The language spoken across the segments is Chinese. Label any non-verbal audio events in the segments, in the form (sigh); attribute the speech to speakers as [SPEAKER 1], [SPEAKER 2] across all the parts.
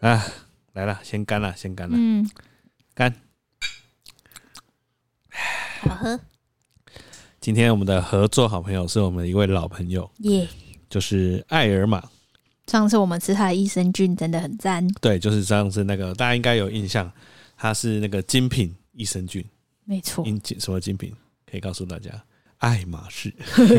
[SPEAKER 1] 哎，来了，先干了，先干了，
[SPEAKER 2] 嗯，
[SPEAKER 1] 干！
[SPEAKER 2] 好喝
[SPEAKER 1] (sighs) 今天我们的合作好朋友是我们的一位老朋友，
[SPEAKER 2] 耶
[SPEAKER 1] 就是艾尔玛，
[SPEAKER 2] 上次我们吃他的益生菌真的很赞，
[SPEAKER 1] 对，就是上次那个大家应该有印象，他是那个精品益生菌，
[SPEAKER 2] 没错。
[SPEAKER 1] 因什么精品可以告诉大家？爱马仕，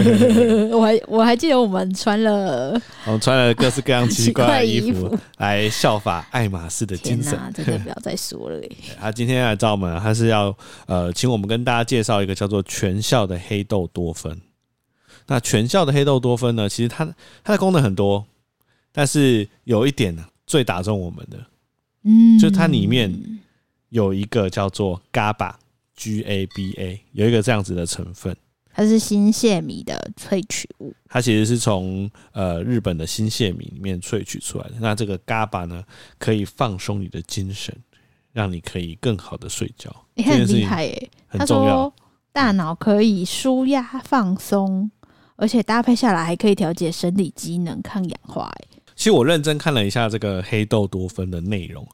[SPEAKER 2] (laughs) 我还我还记得我们穿了
[SPEAKER 1] 我们穿了各式各样奇怪的衣
[SPEAKER 2] (laughs) 奇怪衣
[SPEAKER 1] 服
[SPEAKER 2] 服
[SPEAKER 1] 来效法爱马仕的
[SPEAKER 2] 天
[SPEAKER 1] 精神。
[SPEAKER 2] 真
[SPEAKER 1] (laughs)
[SPEAKER 2] 的不要再说了耶
[SPEAKER 1] 他今天来找我们，他是要呃，请我们跟大家介绍一个叫做全效的黑豆多酚。那全效的黑豆多酚呢，其实它它的功能很多，但是有一点呢、最打中我们的
[SPEAKER 2] 嗯，
[SPEAKER 1] 就它里面有一个叫做 GABA，G A B A，有一个这样子的成分。
[SPEAKER 2] 它是新蟹米的萃取物，
[SPEAKER 1] 它其实是从呃日本的新蟹米里面萃取出来的。那这个 GABA 呢，可以放松你的精神，让你可以更好的睡觉，
[SPEAKER 2] 你、
[SPEAKER 1] 这
[SPEAKER 2] 看
[SPEAKER 1] 件
[SPEAKER 2] 很
[SPEAKER 1] 事
[SPEAKER 2] 厉
[SPEAKER 1] 情
[SPEAKER 2] 害耶、
[SPEAKER 1] 很
[SPEAKER 2] 他
[SPEAKER 1] 重要。
[SPEAKER 2] 说大脑可以舒压放松，而且搭配下来还可以调节生理机能、抗氧化耶、
[SPEAKER 1] 其实我认真看了一下这个黑豆多酚的内容，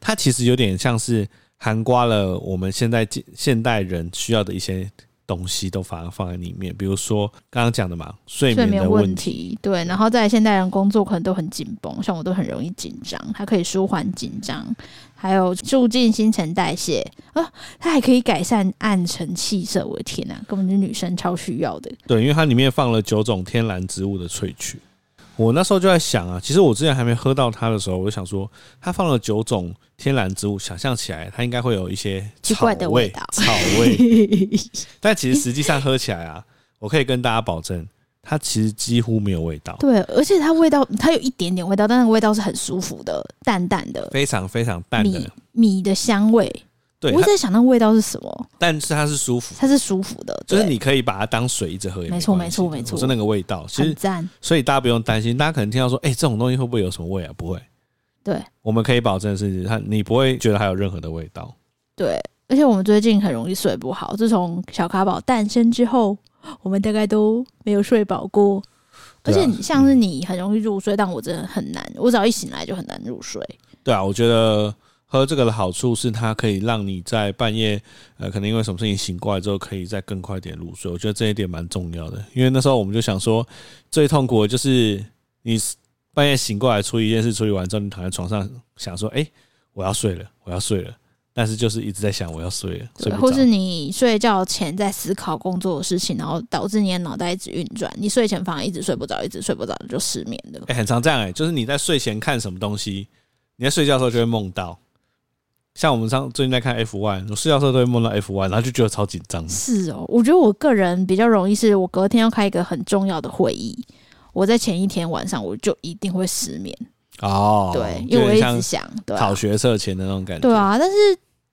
[SPEAKER 1] 它其实有点像是含刮了我们现在现代人需要的一些东西，都反而放在里面。比如说刚刚讲的嘛，睡
[SPEAKER 2] 睡
[SPEAKER 1] 眠
[SPEAKER 2] 眠
[SPEAKER 1] 的
[SPEAKER 2] 问
[SPEAKER 1] 问题，
[SPEAKER 2] 题，对，然后在现代人工作可能都很紧绷，像我都很容易紧张，它可以舒缓紧张，还有促进新陈代谢啊，它还可以改善暗沉气色，我的天啊，根本就是女生超需要的，
[SPEAKER 1] 对，因为它里面放了九种天然植物的萃取。我那时候就在想啊，其实我之前还没喝到它的时候，我就想说，它放了九种天然植物，想象起来它应该会有一些
[SPEAKER 2] 奇怪的
[SPEAKER 1] 草
[SPEAKER 2] 味
[SPEAKER 1] 味
[SPEAKER 2] 道
[SPEAKER 1] 草味。但其实实际上喝起来啊，我可以跟大家保证，它其实几乎没有味道，
[SPEAKER 2] (laughs) 对，而且它味道，它有一点点味道，但那个味道是很舒服的，淡淡的
[SPEAKER 1] 非常非常淡
[SPEAKER 2] 米
[SPEAKER 1] 的。
[SPEAKER 2] 米的香味。
[SPEAKER 1] 对，
[SPEAKER 2] 我一
[SPEAKER 1] 它
[SPEAKER 2] 直在想那个味道是什么，
[SPEAKER 1] 但是它是舒服，
[SPEAKER 2] 它是舒服的，
[SPEAKER 1] 就是
[SPEAKER 2] 对
[SPEAKER 1] 你可以把它当水一直喝也
[SPEAKER 2] 没错
[SPEAKER 1] 关系
[SPEAKER 2] 没错
[SPEAKER 1] 的
[SPEAKER 2] 没错
[SPEAKER 1] 我说那个味道，其
[SPEAKER 2] 很
[SPEAKER 1] 实
[SPEAKER 2] 赞，
[SPEAKER 1] 所以大家不用担心，大家可能听到说，哎、这种东西会不会有什么味啊？不会，
[SPEAKER 2] 对
[SPEAKER 1] 我们可以保证是它，你不会觉得它有任何的味道。
[SPEAKER 2] 对。而且我们最近很容易睡不好，自从小卡宝诞生之后，我们大概都没有睡饱过。而
[SPEAKER 1] 对啊
[SPEAKER 2] 且你像是你很容易入睡，但我真的很难，我只要一醒来就很难入睡。
[SPEAKER 1] 对啊，我觉得喝这个的好处是它可以让你在半夜，呃，可能因为什么事情醒过来之后，可以再更快点入睡。我觉得这一点蛮重要的，因为那时候我们就想说，最痛苦的就是你半夜醒过来处理一件事，处理完之后，你躺在床上想说，哎、我要睡了，我要睡了，但是就是一直在想我要睡了，睡
[SPEAKER 2] 对，
[SPEAKER 1] 不
[SPEAKER 2] 或
[SPEAKER 1] 着
[SPEAKER 2] 是。你睡觉前在思考工作的事情，然后导致你的脑袋一直运转，你睡前反而一直睡不着，一直睡不着你就失眠了。
[SPEAKER 1] 哎、很常这样哎、就是你在睡前看什么东西，你在睡觉的时候就会梦到。像我们上最近在看 F one，我睡觉的时候都会梦到 F one，然后就觉得超紧张的。
[SPEAKER 2] 是哦，我觉得我个人比较容易是我隔天要开一个很重要的会议，我在前一天晚上我就一定会失眠，
[SPEAKER 1] 哦，
[SPEAKER 2] 对，因
[SPEAKER 1] 有
[SPEAKER 2] 为我
[SPEAKER 1] 点
[SPEAKER 2] 一直
[SPEAKER 1] 像
[SPEAKER 2] 想，对、
[SPEAKER 1] 考
[SPEAKER 2] 啊，
[SPEAKER 1] 学测前的那种感觉。
[SPEAKER 2] 对，啊，但是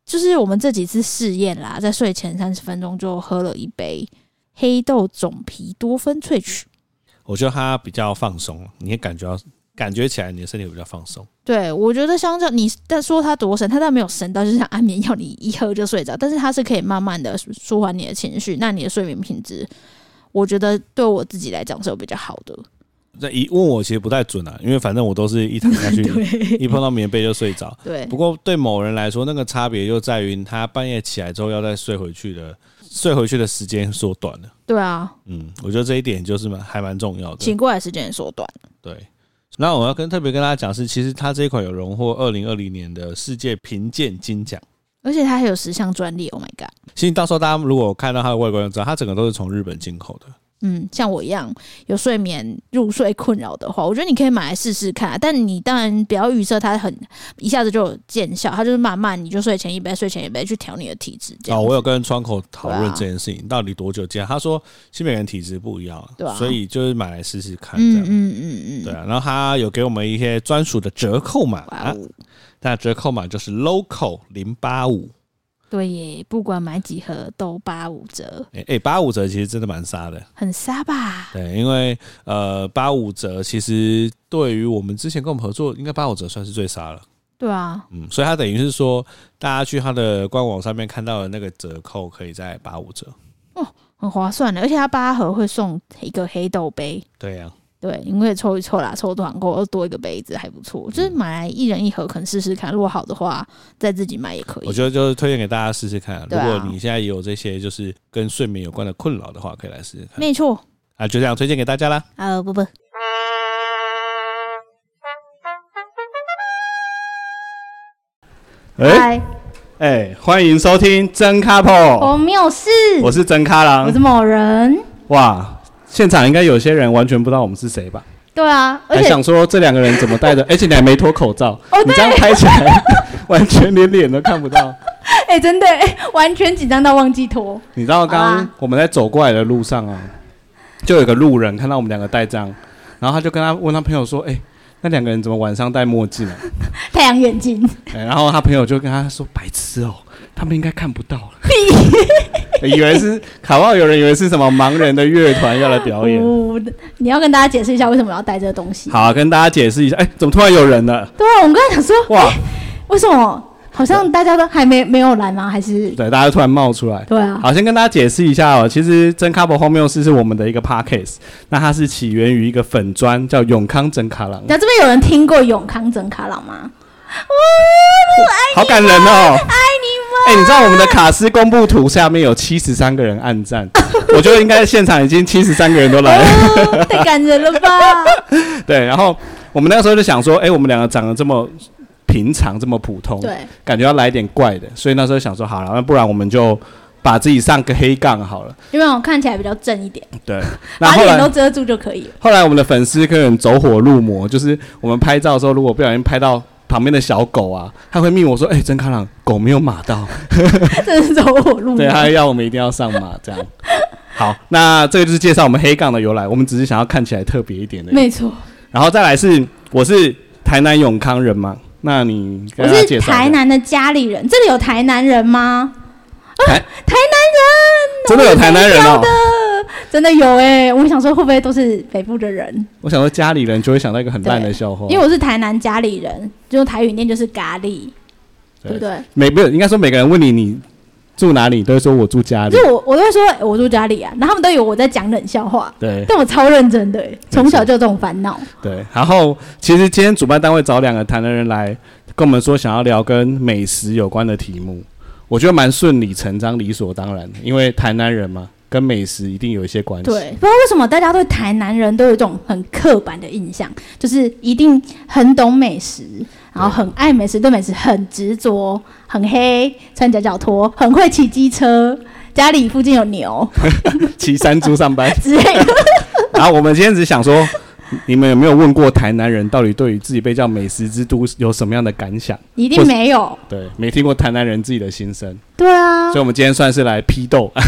[SPEAKER 2] 就是我们这几次试验啦，在睡前三十分钟就喝了一杯黑豆种皮多酚萃取，
[SPEAKER 1] 嗯我觉得它比较放松，你也感觉到感觉起来你的身体比较放松。
[SPEAKER 2] 对，我觉得相较你，但说它多神，它倒没有神到，就像安眠药，你一喝就睡着。但是它是可以慢慢的舒缓你的情绪，那你的睡眠品质，我觉得对我自己来讲是有比较好
[SPEAKER 1] (laughs)
[SPEAKER 2] 的。
[SPEAKER 1] 这一问我其实不太准啊，因为反正我都是一躺下去，
[SPEAKER 2] (laughs) 对
[SPEAKER 1] 一碰到棉被就睡着。
[SPEAKER 2] 对
[SPEAKER 1] 不过对某人来说，那个差别就在于他半夜起来之后要再睡回去的，睡回去的时间缩短了。
[SPEAKER 2] 对啊，
[SPEAKER 1] 嗯，我觉得这一点就是蛮还蛮重要的。
[SPEAKER 2] 醒过来时间也缩短。
[SPEAKER 1] 对，那我要跟特别跟大家讲是，其实它这一款有荣获二零二零年的世界评鉴金奖。
[SPEAKER 2] 而且它还有十项专利，Oh my god！
[SPEAKER 1] 其实到时候大家如果看到它的外观就知道，它整个都是从日本进口的。
[SPEAKER 2] 嗯，像我一样有睡眠入睡困扰的话，我觉得你可以买来试试看啊。但你当然不要预设它很一下子就有见效，它就是慢慢，你就睡前一杯，睡前一杯去调你的体质。这样
[SPEAKER 1] 哦，
[SPEAKER 2] 子
[SPEAKER 1] 我有跟窗口讨
[SPEAKER 2] 对
[SPEAKER 1] 论
[SPEAKER 2] 啊
[SPEAKER 1] 这件事情，到底多久见？他说，其实每个人体质不一样，
[SPEAKER 2] 对啊
[SPEAKER 1] 所以就是买来试试看这
[SPEAKER 2] 嗯
[SPEAKER 1] 样。
[SPEAKER 2] 嗯嗯嗯，
[SPEAKER 1] 对啊，然后他有给我们一些专属的折扣码、
[SPEAKER 2] 哇哦！
[SPEAKER 1] 那折扣码就是 local 零八五，
[SPEAKER 2] 对耶，不管买几盒都八五折，
[SPEAKER 1] 哎哎，八五折其实真的蛮杀的，
[SPEAKER 2] 很杀吧？
[SPEAKER 1] 对，因为呃八五折其实对于我们之前跟我们合作，应该八五折算是最杀了，
[SPEAKER 2] 对啊，
[SPEAKER 1] 嗯，所以它等于是说，大家去它的官网上面看到的那个折扣可以在八五折，
[SPEAKER 2] 很划算的，而且它八盒会送一个黑豆杯，
[SPEAKER 3] 啊
[SPEAKER 1] 对呀、
[SPEAKER 2] 对，因为凑一凑啦，凑团购又多一个杯子还不错，就是买来一人一盒，可能试试看，如果好的话再自己买也可以。
[SPEAKER 3] 我觉得就是推荐给大家试试看啊、如
[SPEAKER 2] 对啊
[SPEAKER 3] 果你现在也有这些就是跟睡眠有关的困扰的话，可以来试试看
[SPEAKER 2] 没错，
[SPEAKER 3] 啊。就这样推荐给大家啦。
[SPEAKER 2] 呃，不不，
[SPEAKER 1] 哎哎，欢迎收听真 couple，
[SPEAKER 4] 我没有事，
[SPEAKER 1] 哦我是真咖
[SPEAKER 4] 哦我
[SPEAKER 1] 郎
[SPEAKER 4] 是。某人。
[SPEAKER 1] 哇，现场应该有些人完全不知道我们是谁吧？
[SPEAKER 4] 对啊，而
[SPEAKER 1] 还
[SPEAKER 4] 且
[SPEAKER 1] 想说这两个人怎么
[SPEAKER 4] (laughs)
[SPEAKER 1] 戴着，而且你还没脱口罩，
[SPEAKER 4] 哦
[SPEAKER 1] 你这样拍起来 (laughs) 完全连脸都看不到。
[SPEAKER 4] 哎、真的、哎完全紧张到忘记脱。
[SPEAKER 1] 你知道刚
[SPEAKER 4] 好
[SPEAKER 1] 刚
[SPEAKER 4] 啊
[SPEAKER 1] 我们在走过来的路上啊，就有个路人看到我们两个戴这样，然后他就跟他问他朋友说：“哎、那两个人怎么晚上戴墨镜啊？”
[SPEAKER 4] 太阳眼镜，
[SPEAKER 1] 哎然后他朋友就跟他说：“白痴哦、他们应该看不到了。 (laughs) 以为是卡哇，有人以为是什么盲人的乐团要来表演。
[SPEAKER 4] 哦，你要跟大家解释一下为什么要带这个东
[SPEAKER 1] (laughs)
[SPEAKER 4] 西。
[SPEAKER 1] 好，啊跟大家解释一下，哎、怎么突然有人了？
[SPEAKER 4] 对啊，我们刚才想说，哎
[SPEAKER 1] 哇，
[SPEAKER 4] 为什么好像大家都还没没有来吗？还是
[SPEAKER 1] 对，大家突然冒出来。
[SPEAKER 4] 对啊，
[SPEAKER 1] 好，先跟大家解释一下哦，其实真卡博荒谬事是我们的一个 podcast，那它是起源于一个粉砖叫永康真卡郎，
[SPEAKER 4] 那这边有人听过永康整卡朗吗？
[SPEAKER 1] 好感人哦，爱你们！哎、你知道我们的卡斯公布图下面有七十三个人按赞，我觉得应该现场已经七十三个人都哎来了。
[SPEAKER 4] 哦，太感人了
[SPEAKER 1] (laughs)
[SPEAKER 4] 吧！
[SPEAKER 1] 对，然后我们那个时候就想说，哎、我们两个长得这么平常，这么普通，
[SPEAKER 4] 对，
[SPEAKER 1] 感觉要来点怪的，所以那时候想说，好了，那不然我们就把自己上个黑杠好了。
[SPEAKER 4] 因为我看起来比较正一点， (laughs)
[SPEAKER 1] 对，那
[SPEAKER 4] 把
[SPEAKER 1] 后
[SPEAKER 4] 脸都
[SPEAKER 1] 来
[SPEAKER 4] 遮住就可以了。 (laughs)
[SPEAKER 1] 后来我们的粉丝可能走火入魔，就是我们拍照的时候，如果不小心拍到。旁边的小狗啊，他会命我说：“哎、真开朗，狗没有马
[SPEAKER 4] (laughs)
[SPEAKER 1] 到。
[SPEAKER 4] 真是走火入”魔
[SPEAKER 1] 对，。他要我们一定要上马这样。好，那这个就是介绍我们黑杠的由来。我们只是想要看起来特别一点的。
[SPEAKER 4] 没错，
[SPEAKER 1] 然后再来是，我是台南永康人嘛，那你
[SPEAKER 4] 我
[SPEAKER 1] 跟大家介
[SPEAKER 4] 是
[SPEAKER 1] 绍一下
[SPEAKER 4] 台南的家里人，这里有台南人吗？啊
[SPEAKER 1] 台、
[SPEAKER 4] 台南人，
[SPEAKER 1] 真的有台南人哦
[SPEAKER 4] 我是北漂的，真的有哎、我想说会不会都是北部的人？
[SPEAKER 1] 我想说家里人就会想到一个很烂的笑话，
[SPEAKER 4] 因为我是台南家里人，就台语念就是咖喱，对不对？
[SPEAKER 1] 每没有应该说每个人问你你住哪里，你都会说我住家里
[SPEAKER 4] 就，我我都会说、欸我住家里啊，然后他们都以为我在讲冷笑话，
[SPEAKER 1] 对
[SPEAKER 4] 但我超认真的、欸，从小就有这种烦恼。
[SPEAKER 1] 对。然后其实今天主办单位找两个台南人来跟我们说，想要聊跟美食有关的题目，我觉得蛮顺理成章、理所当然的，因为台南人嘛，跟美食一定有一些关系。
[SPEAKER 4] 对，不知道为什么大家对台南人都有一种很刻板的印象，就是一定很懂美食，然后很爱美食，对美食很执着，很黑，穿夹脚拖，很会骑机车，家里附近有牛
[SPEAKER 1] (laughs) 骑山猪上班。
[SPEAKER 4] 之类
[SPEAKER 1] (laughs)
[SPEAKER 4] 的。
[SPEAKER 1] 然后我们今天只想说，你们有没有问过台南人到底对于自己被叫美食之都有什么样的感想？
[SPEAKER 4] 一定没有。
[SPEAKER 1] 对，没听过台南人自己的心声，
[SPEAKER 4] 对啊
[SPEAKER 1] 所以，我们今天算是来批
[SPEAKER 4] (laughs)
[SPEAKER 1] 斗。啊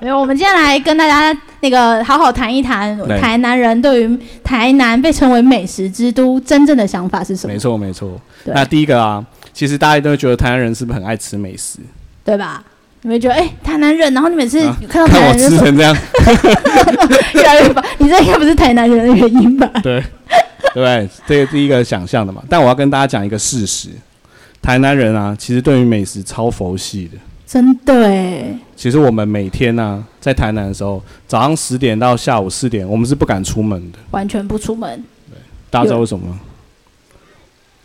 [SPEAKER 4] 没有。我们接下来跟大家那个好好谈一谈
[SPEAKER 1] 来
[SPEAKER 4] 台南人对于台南被称为美食之都真正的想法是什么
[SPEAKER 1] 没，错，没错。
[SPEAKER 4] 对
[SPEAKER 1] 那第一个啊，其实大家都会觉得台南人是不是很爱吃美食？
[SPEAKER 4] 对吧？你会觉得哎、台南人，然后你每次
[SPEAKER 1] 啊
[SPEAKER 4] 看到台
[SPEAKER 1] 看我
[SPEAKER 4] 南人
[SPEAKER 1] 吃
[SPEAKER 4] 就说
[SPEAKER 1] 成这样，
[SPEAKER 4] (laughs) 越来越棒，你这应该不是台南人的原因吧？
[SPEAKER 1] (laughs) 对，对不对？这个第一个想象的嘛。但我要跟大家讲一个事实，台南人啊，其实对于美食超佛系的。
[SPEAKER 4] 真的哎，
[SPEAKER 1] 其实我们每天呢、啊，在台南的时候，早上十点到下午四点，我们是不敢出门的。
[SPEAKER 4] 完全不出门。
[SPEAKER 1] 大家知道为什么吗？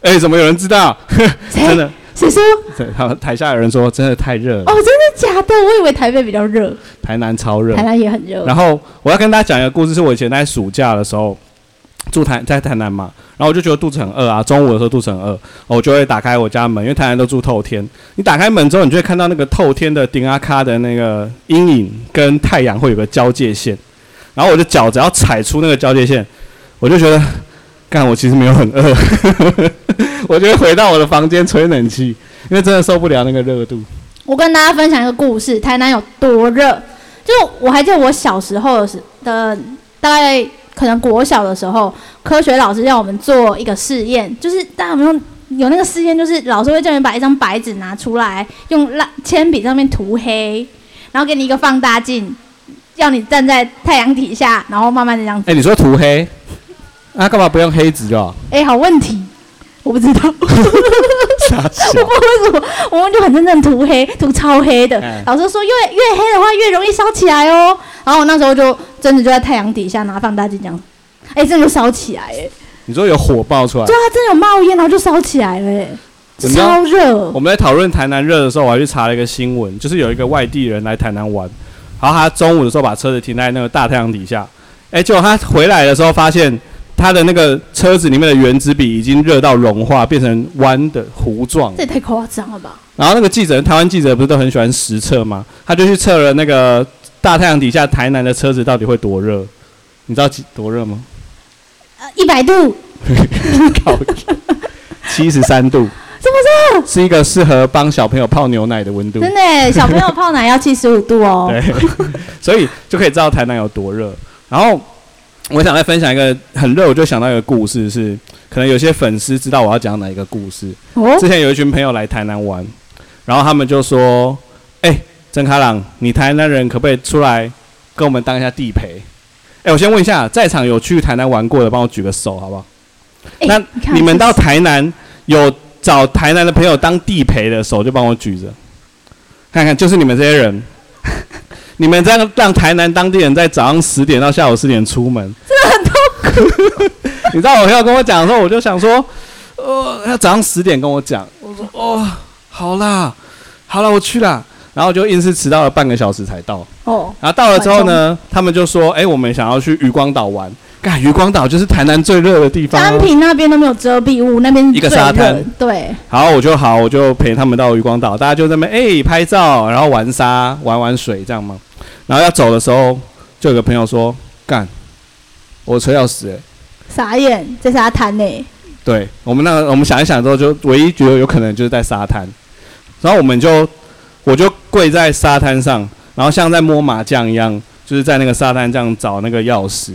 [SPEAKER 1] 哎，怎么有人知道？
[SPEAKER 4] 谁
[SPEAKER 1] 真的，嗯
[SPEAKER 4] 谁说？
[SPEAKER 1] 对他们 (laughs) 台下有人说，真的太热了，
[SPEAKER 4] 哦，真的假的？我以为台北比较热，
[SPEAKER 1] 台南超热
[SPEAKER 4] 台。南也很热。
[SPEAKER 1] 然后我要跟大家讲一个故事，是我以前在暑假的时候住台在台南嘛，然后我就觉得肚子很饿啊，中午的时候肚子很饿，哦我就会打开我家门，因为台南都住透天。你打开门之后，你就会看到那个透天的顶阿啊卡的那个阴影跟太阳会有个交界线，然后我的脚只要踩出那个交界线，我就觉得，干我其实没有很饿， (laughs) 我就会回到我的房间吹冷气，因为真的受不了那个热度。
[SPEAKER 4] 我跟大家分享一个故事，台南有多热。就我还记得我小时候的时的大概可能国小的时候，科学老师让我们做一个试验，就是大家有没有有那个试验，就是老师会叫你把一张白纸拿出来，用蜡铅笔上面涂黑，然后给你一个放大镜，要你站在太阳底下，然后慢慢的这样
[SPEAKER 1] 哎、你说涂黑，啊，干嘛不用黑纸就 (laughs) 好？
[SPEAKER 4] 哎、好问题，我不知道， (laughs) 我不知
[SPEAKER 1] 傻笑。
[SPEAKER 4] 道为什么，我们就很认真涂黑，涂超黑的。
[SPEAKER 1] 嗯
[SPEAKER 4] 老师说越越黑的话越容易烧起来哦。然后我那时候就真的就在太阳底下拿放大镜这样哎、真的就烧起来、哎，
[SPEAKER 1] 你说有火爆出来
[SPEAKER 4] 对，啊，真的有冒烟，然后就烧起来了、哎，
[SPEAKER 1] 怎么样
[SPEAKER 4] 超热
[SPEAKER 1] 我，们在讨论台南热的时候，我还去查了一个新闻，就是有一个外地人来台南玩，然后他中午的时候把车子停在那个大太阳底下，哎、结果他回来的时候发现他的那个车子里面的原子笔已经热到融化，变成弯的糊状
[SPEAKER 4] 这。也太夸张了吧？
[SPEAKER 1] 然后那个记者，台湾记者不是都很喜欢实测吗？他就去测了那个大太阳底下台南的车子到底会多热，你知道几多
[SPEAKER 4] (laughs)
[SPEAKER 1] 热吗？
[SPEAKER 4] 呃，一百度，
[SPEAKER 1] 靠，七十三度，
[SPEAKER 4] 这么热？
[SPEAKER 1] 是一个适合帮小朋友泡牛奶的温度。
[SPEAKER 4] 真的、哎小朋友泡奶要七十五度哦。
[SPEAKER 1] 对， (laughs) 所以就可以知道台南有多热。然后我想再分享一个很热，我就想到一个故事是，可能有些粉丝知道我要讲哪一个故事。
[SPEAKER 4] 哦
[SPEAKER 1] 之，前有一群朋友来台南玩，然后他们就说：“哎、郑开朗，你台南人可不可以出来跟我们当一下地陪？”哎、我先问一下，在场有去台南玩过的，帮我举个手好不好？
[SPEAKER 4] 哎
[SPEAKER 1] 那
[SPEAKER 4] 看
[SPEAKER 1] 你们到
[SPEAKER 4] 这
[SPEAKER 1] 台南有找台南的朋友当地陪的手，就帮我举着，看看就是你们这些人， (laughs) 你们这样让台南当地人在早上十点到下午四点出门，真的 (laughs) 很痛苦。你知道我朋友跟我讲的时候，我就想说，呃，他早上十点跟我讲，我说哦，好啦，好啦，我去啦，然后就硬是迟到了半个小时才到。
[SPEAKER 4] 哦，
[SPEAKER 1] 然后到了之后呢，他们就说，哎、我们想要去渔光岛玩。干，渔光岛就是台南最热的地方、啊。
[SPEAKER 4] 安平那边都没有遮蔽物，那边
[SPEAKER 1] 一个
[SPEAKER 4] 最
[SPEAKER 1] 沙
[SPEAKER 4] 热
[SPEAKER 1] 滩，
[SPEAKER 4] 对，
[SPEAKER 1] 好，我就好，我就陪他们到渔光岛，大家就在那边哎、拍照，然后玩沙、玩玩水这样嘛。然后要走的时候，就有个朋友说：“干，我车钥匙、欸。
[SPEAKER 4] 傻眼，在沙滩欸呢、
[SPEAKER 1] 对”我们那个我们想一想之后，就唯一觉得有可能就是在沙滩。然后我们就我就跪在沙滩上，然后像在摸麻将一样，就是在那个沙滩这样找那个钥匙，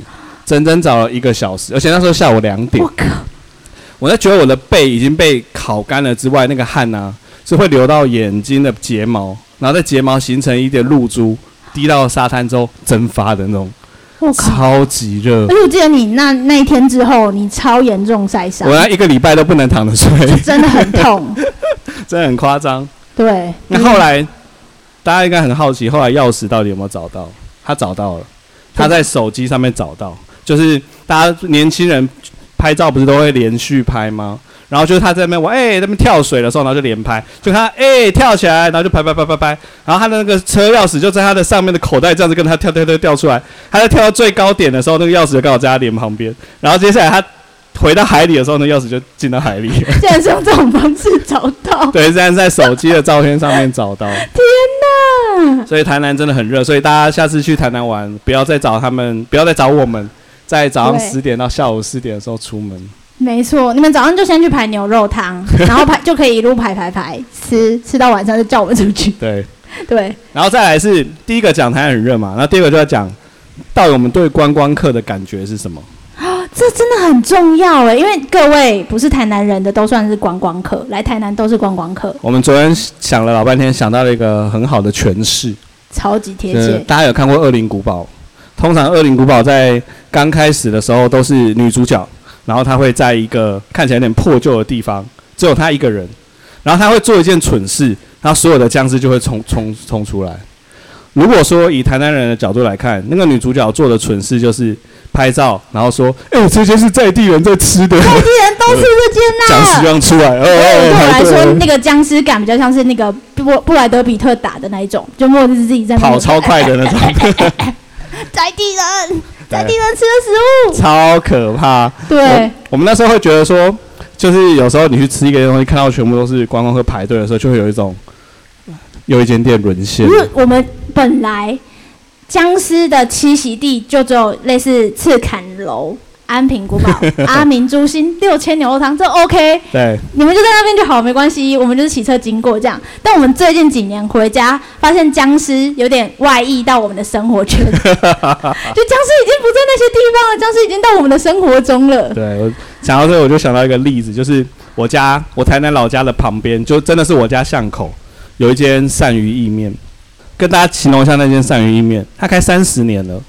[SPEAKER 1] 整整找了一个小时，而且那时候下午两点
[SPEAKER 4] 我。靠，
[SPEAKER 1] 我在觉得我的背已经被烤干了之外，那个汗呢、是会流到眼睛的睫毛，然后在睫毛形成一点露珠，滴到沙滩之后蒸发的那种，
[SPEAKER 4] 我靠！
[SPEAKER 1] 超级热
[SPEAKER 4] (laughs) 而。且哎我记得你那那一天之后，你超严重晒伤
[SPEAKER 1] 我，那一个礼拜都不能躺着睡，
[SPEAKER 4] 真的
[SPEAKER 1] (laughs)
[SPEAKER 4] 很痛。
[SPEAKER 1] 真的很夸张。
[SPEAKER 4] 对，
[SPEAKER 1] 那后来大家应该很好奇，后来钥匙到底有没有找到？他找到了，他在手机上面找到，就是大家年轻人拍照不是都会连续拍吗？然后就是他在那边玩，哎、在那边跳水的时候，然后就连拍，就他哎、跳起来，然后就拍拍拍拍拍，然后他的那个车钥匙就在他的上面的口袋这样子跟他跳跳跳跳出来，他在跳到最高点的时候，那个钥匙就刚好在他脸旁边，然后接下来他回到海里的时候，那钥匙就进到海里了， (laughs)
[SPEAKER 4] 竟然是用这种方式找到，
[SPEAKER 1] 对，这样在手机的照片上面找到。
[SPEAKER 4] 天哪！
[SPEAKER 1] 所以台南真的很热，所以大家下次去台南玩，不要再找他们，不要再找我们，在早上
[SPEAKER 4] 对
[SPEAKER 1] 十点到下午四点的时候出门。
[SPEAKER 4] 没错，你们早上就先去排牛肉汤，然后
[SPEAKER 1] (laughs)
[SPEAKER 4] 排就可以一路排排排吃，吃到晚上就叫我们出去。
[SPEAKER 1] 对，
[SPEAKER 4] 对，
[SPEAKER 1] 然后再来是第一个讲台南很热嘛，然后第二个就要讲到底我们对观光客的感觉是什么？
[SPEAKER 4] 这真的很重要哎，因为各位不是台南人的都算是观光客，来台南都是观光客，
[SPEAKER 1] 我们昨天想了老半天，想到了一个很好的诠释，
[SPEAKER 4] 超级贴
[SPEAKER 1] 就是
[SPEAKER 4] 切。
[SPEAKER 1] 呃大家有看过《恶灵古堡》？通常《恶灵古堡》在刚开始的时候都是女主角，然后她会在一个看起来有点破旧的地方，只有她一个人，然后她会做一件蠢事，她所有的僵尸就会冲冲冲出来。如果说以台南人的角度来看，那个女主角做的蠢事就是拍照，然后说：“哎、这些是在地人在吃的，
[SPEAKER 4] 外地人都是这间呐、
[SPEAKER 1] 僵尸让出来。”哦，
[SPEAKER 4] 所以对我来
[SPEAKER 1] 排队
[SPEAKER 4] 说，
[SPEAKER 1] 了
[SPEAKER 4] 那个僵尸感比较像是那个布布莱德比特打的那一种，就末日自己在那边
[SPEAKER 1] 跑超快的那种，
[SPEAKER 4] (laughs)
[SPEAKER 1] (laughs)
[SPEAKER 4] 在地人，在地
[SPEAKER 1] 对
[SPEAKER 4] 人吃的食物。
[SPEAKER 1] 超可怕。
[SPEAKER 4] (laughs) 对，
[SPEAKER 1] 我们那时候会觉得说，就是有时候你去吃一个东西，看到全部都是观光客排队的时候，就会有一种又一间店沦陷
[SPEAKER 4] 不。是我们本来僵尸的栖息地就只有类似赤坎楼、安平古
[SPEAKER 1] (laughs)
[SPEAKER 4] 堡、阿明珠心、六千牛肉汤，这 OK，
[SPEAKER 1] 对，
[SPEAKER 4] 你们就在那边就好，没关系，我们就是骑车经过这样。但我们最近几年回家，发现僵尸有点外溢到我们的生
[SPEAKER 1] (laughs)
[SPEAKER 4] 活圈，就僵尸已经不在那些地方了，僵尸已经到我们的生活
[SPEAKER 1] (laughs)
[SPEAKER 4] 中了。
[SPEAKER 1] 对我想到这个，我就想到一个例子，就是我家我台南老家的旁边，就真的是我家巷口有一间鳝鱼意面，跟大家形容一下那间鳝鱼意面，它开三十年了，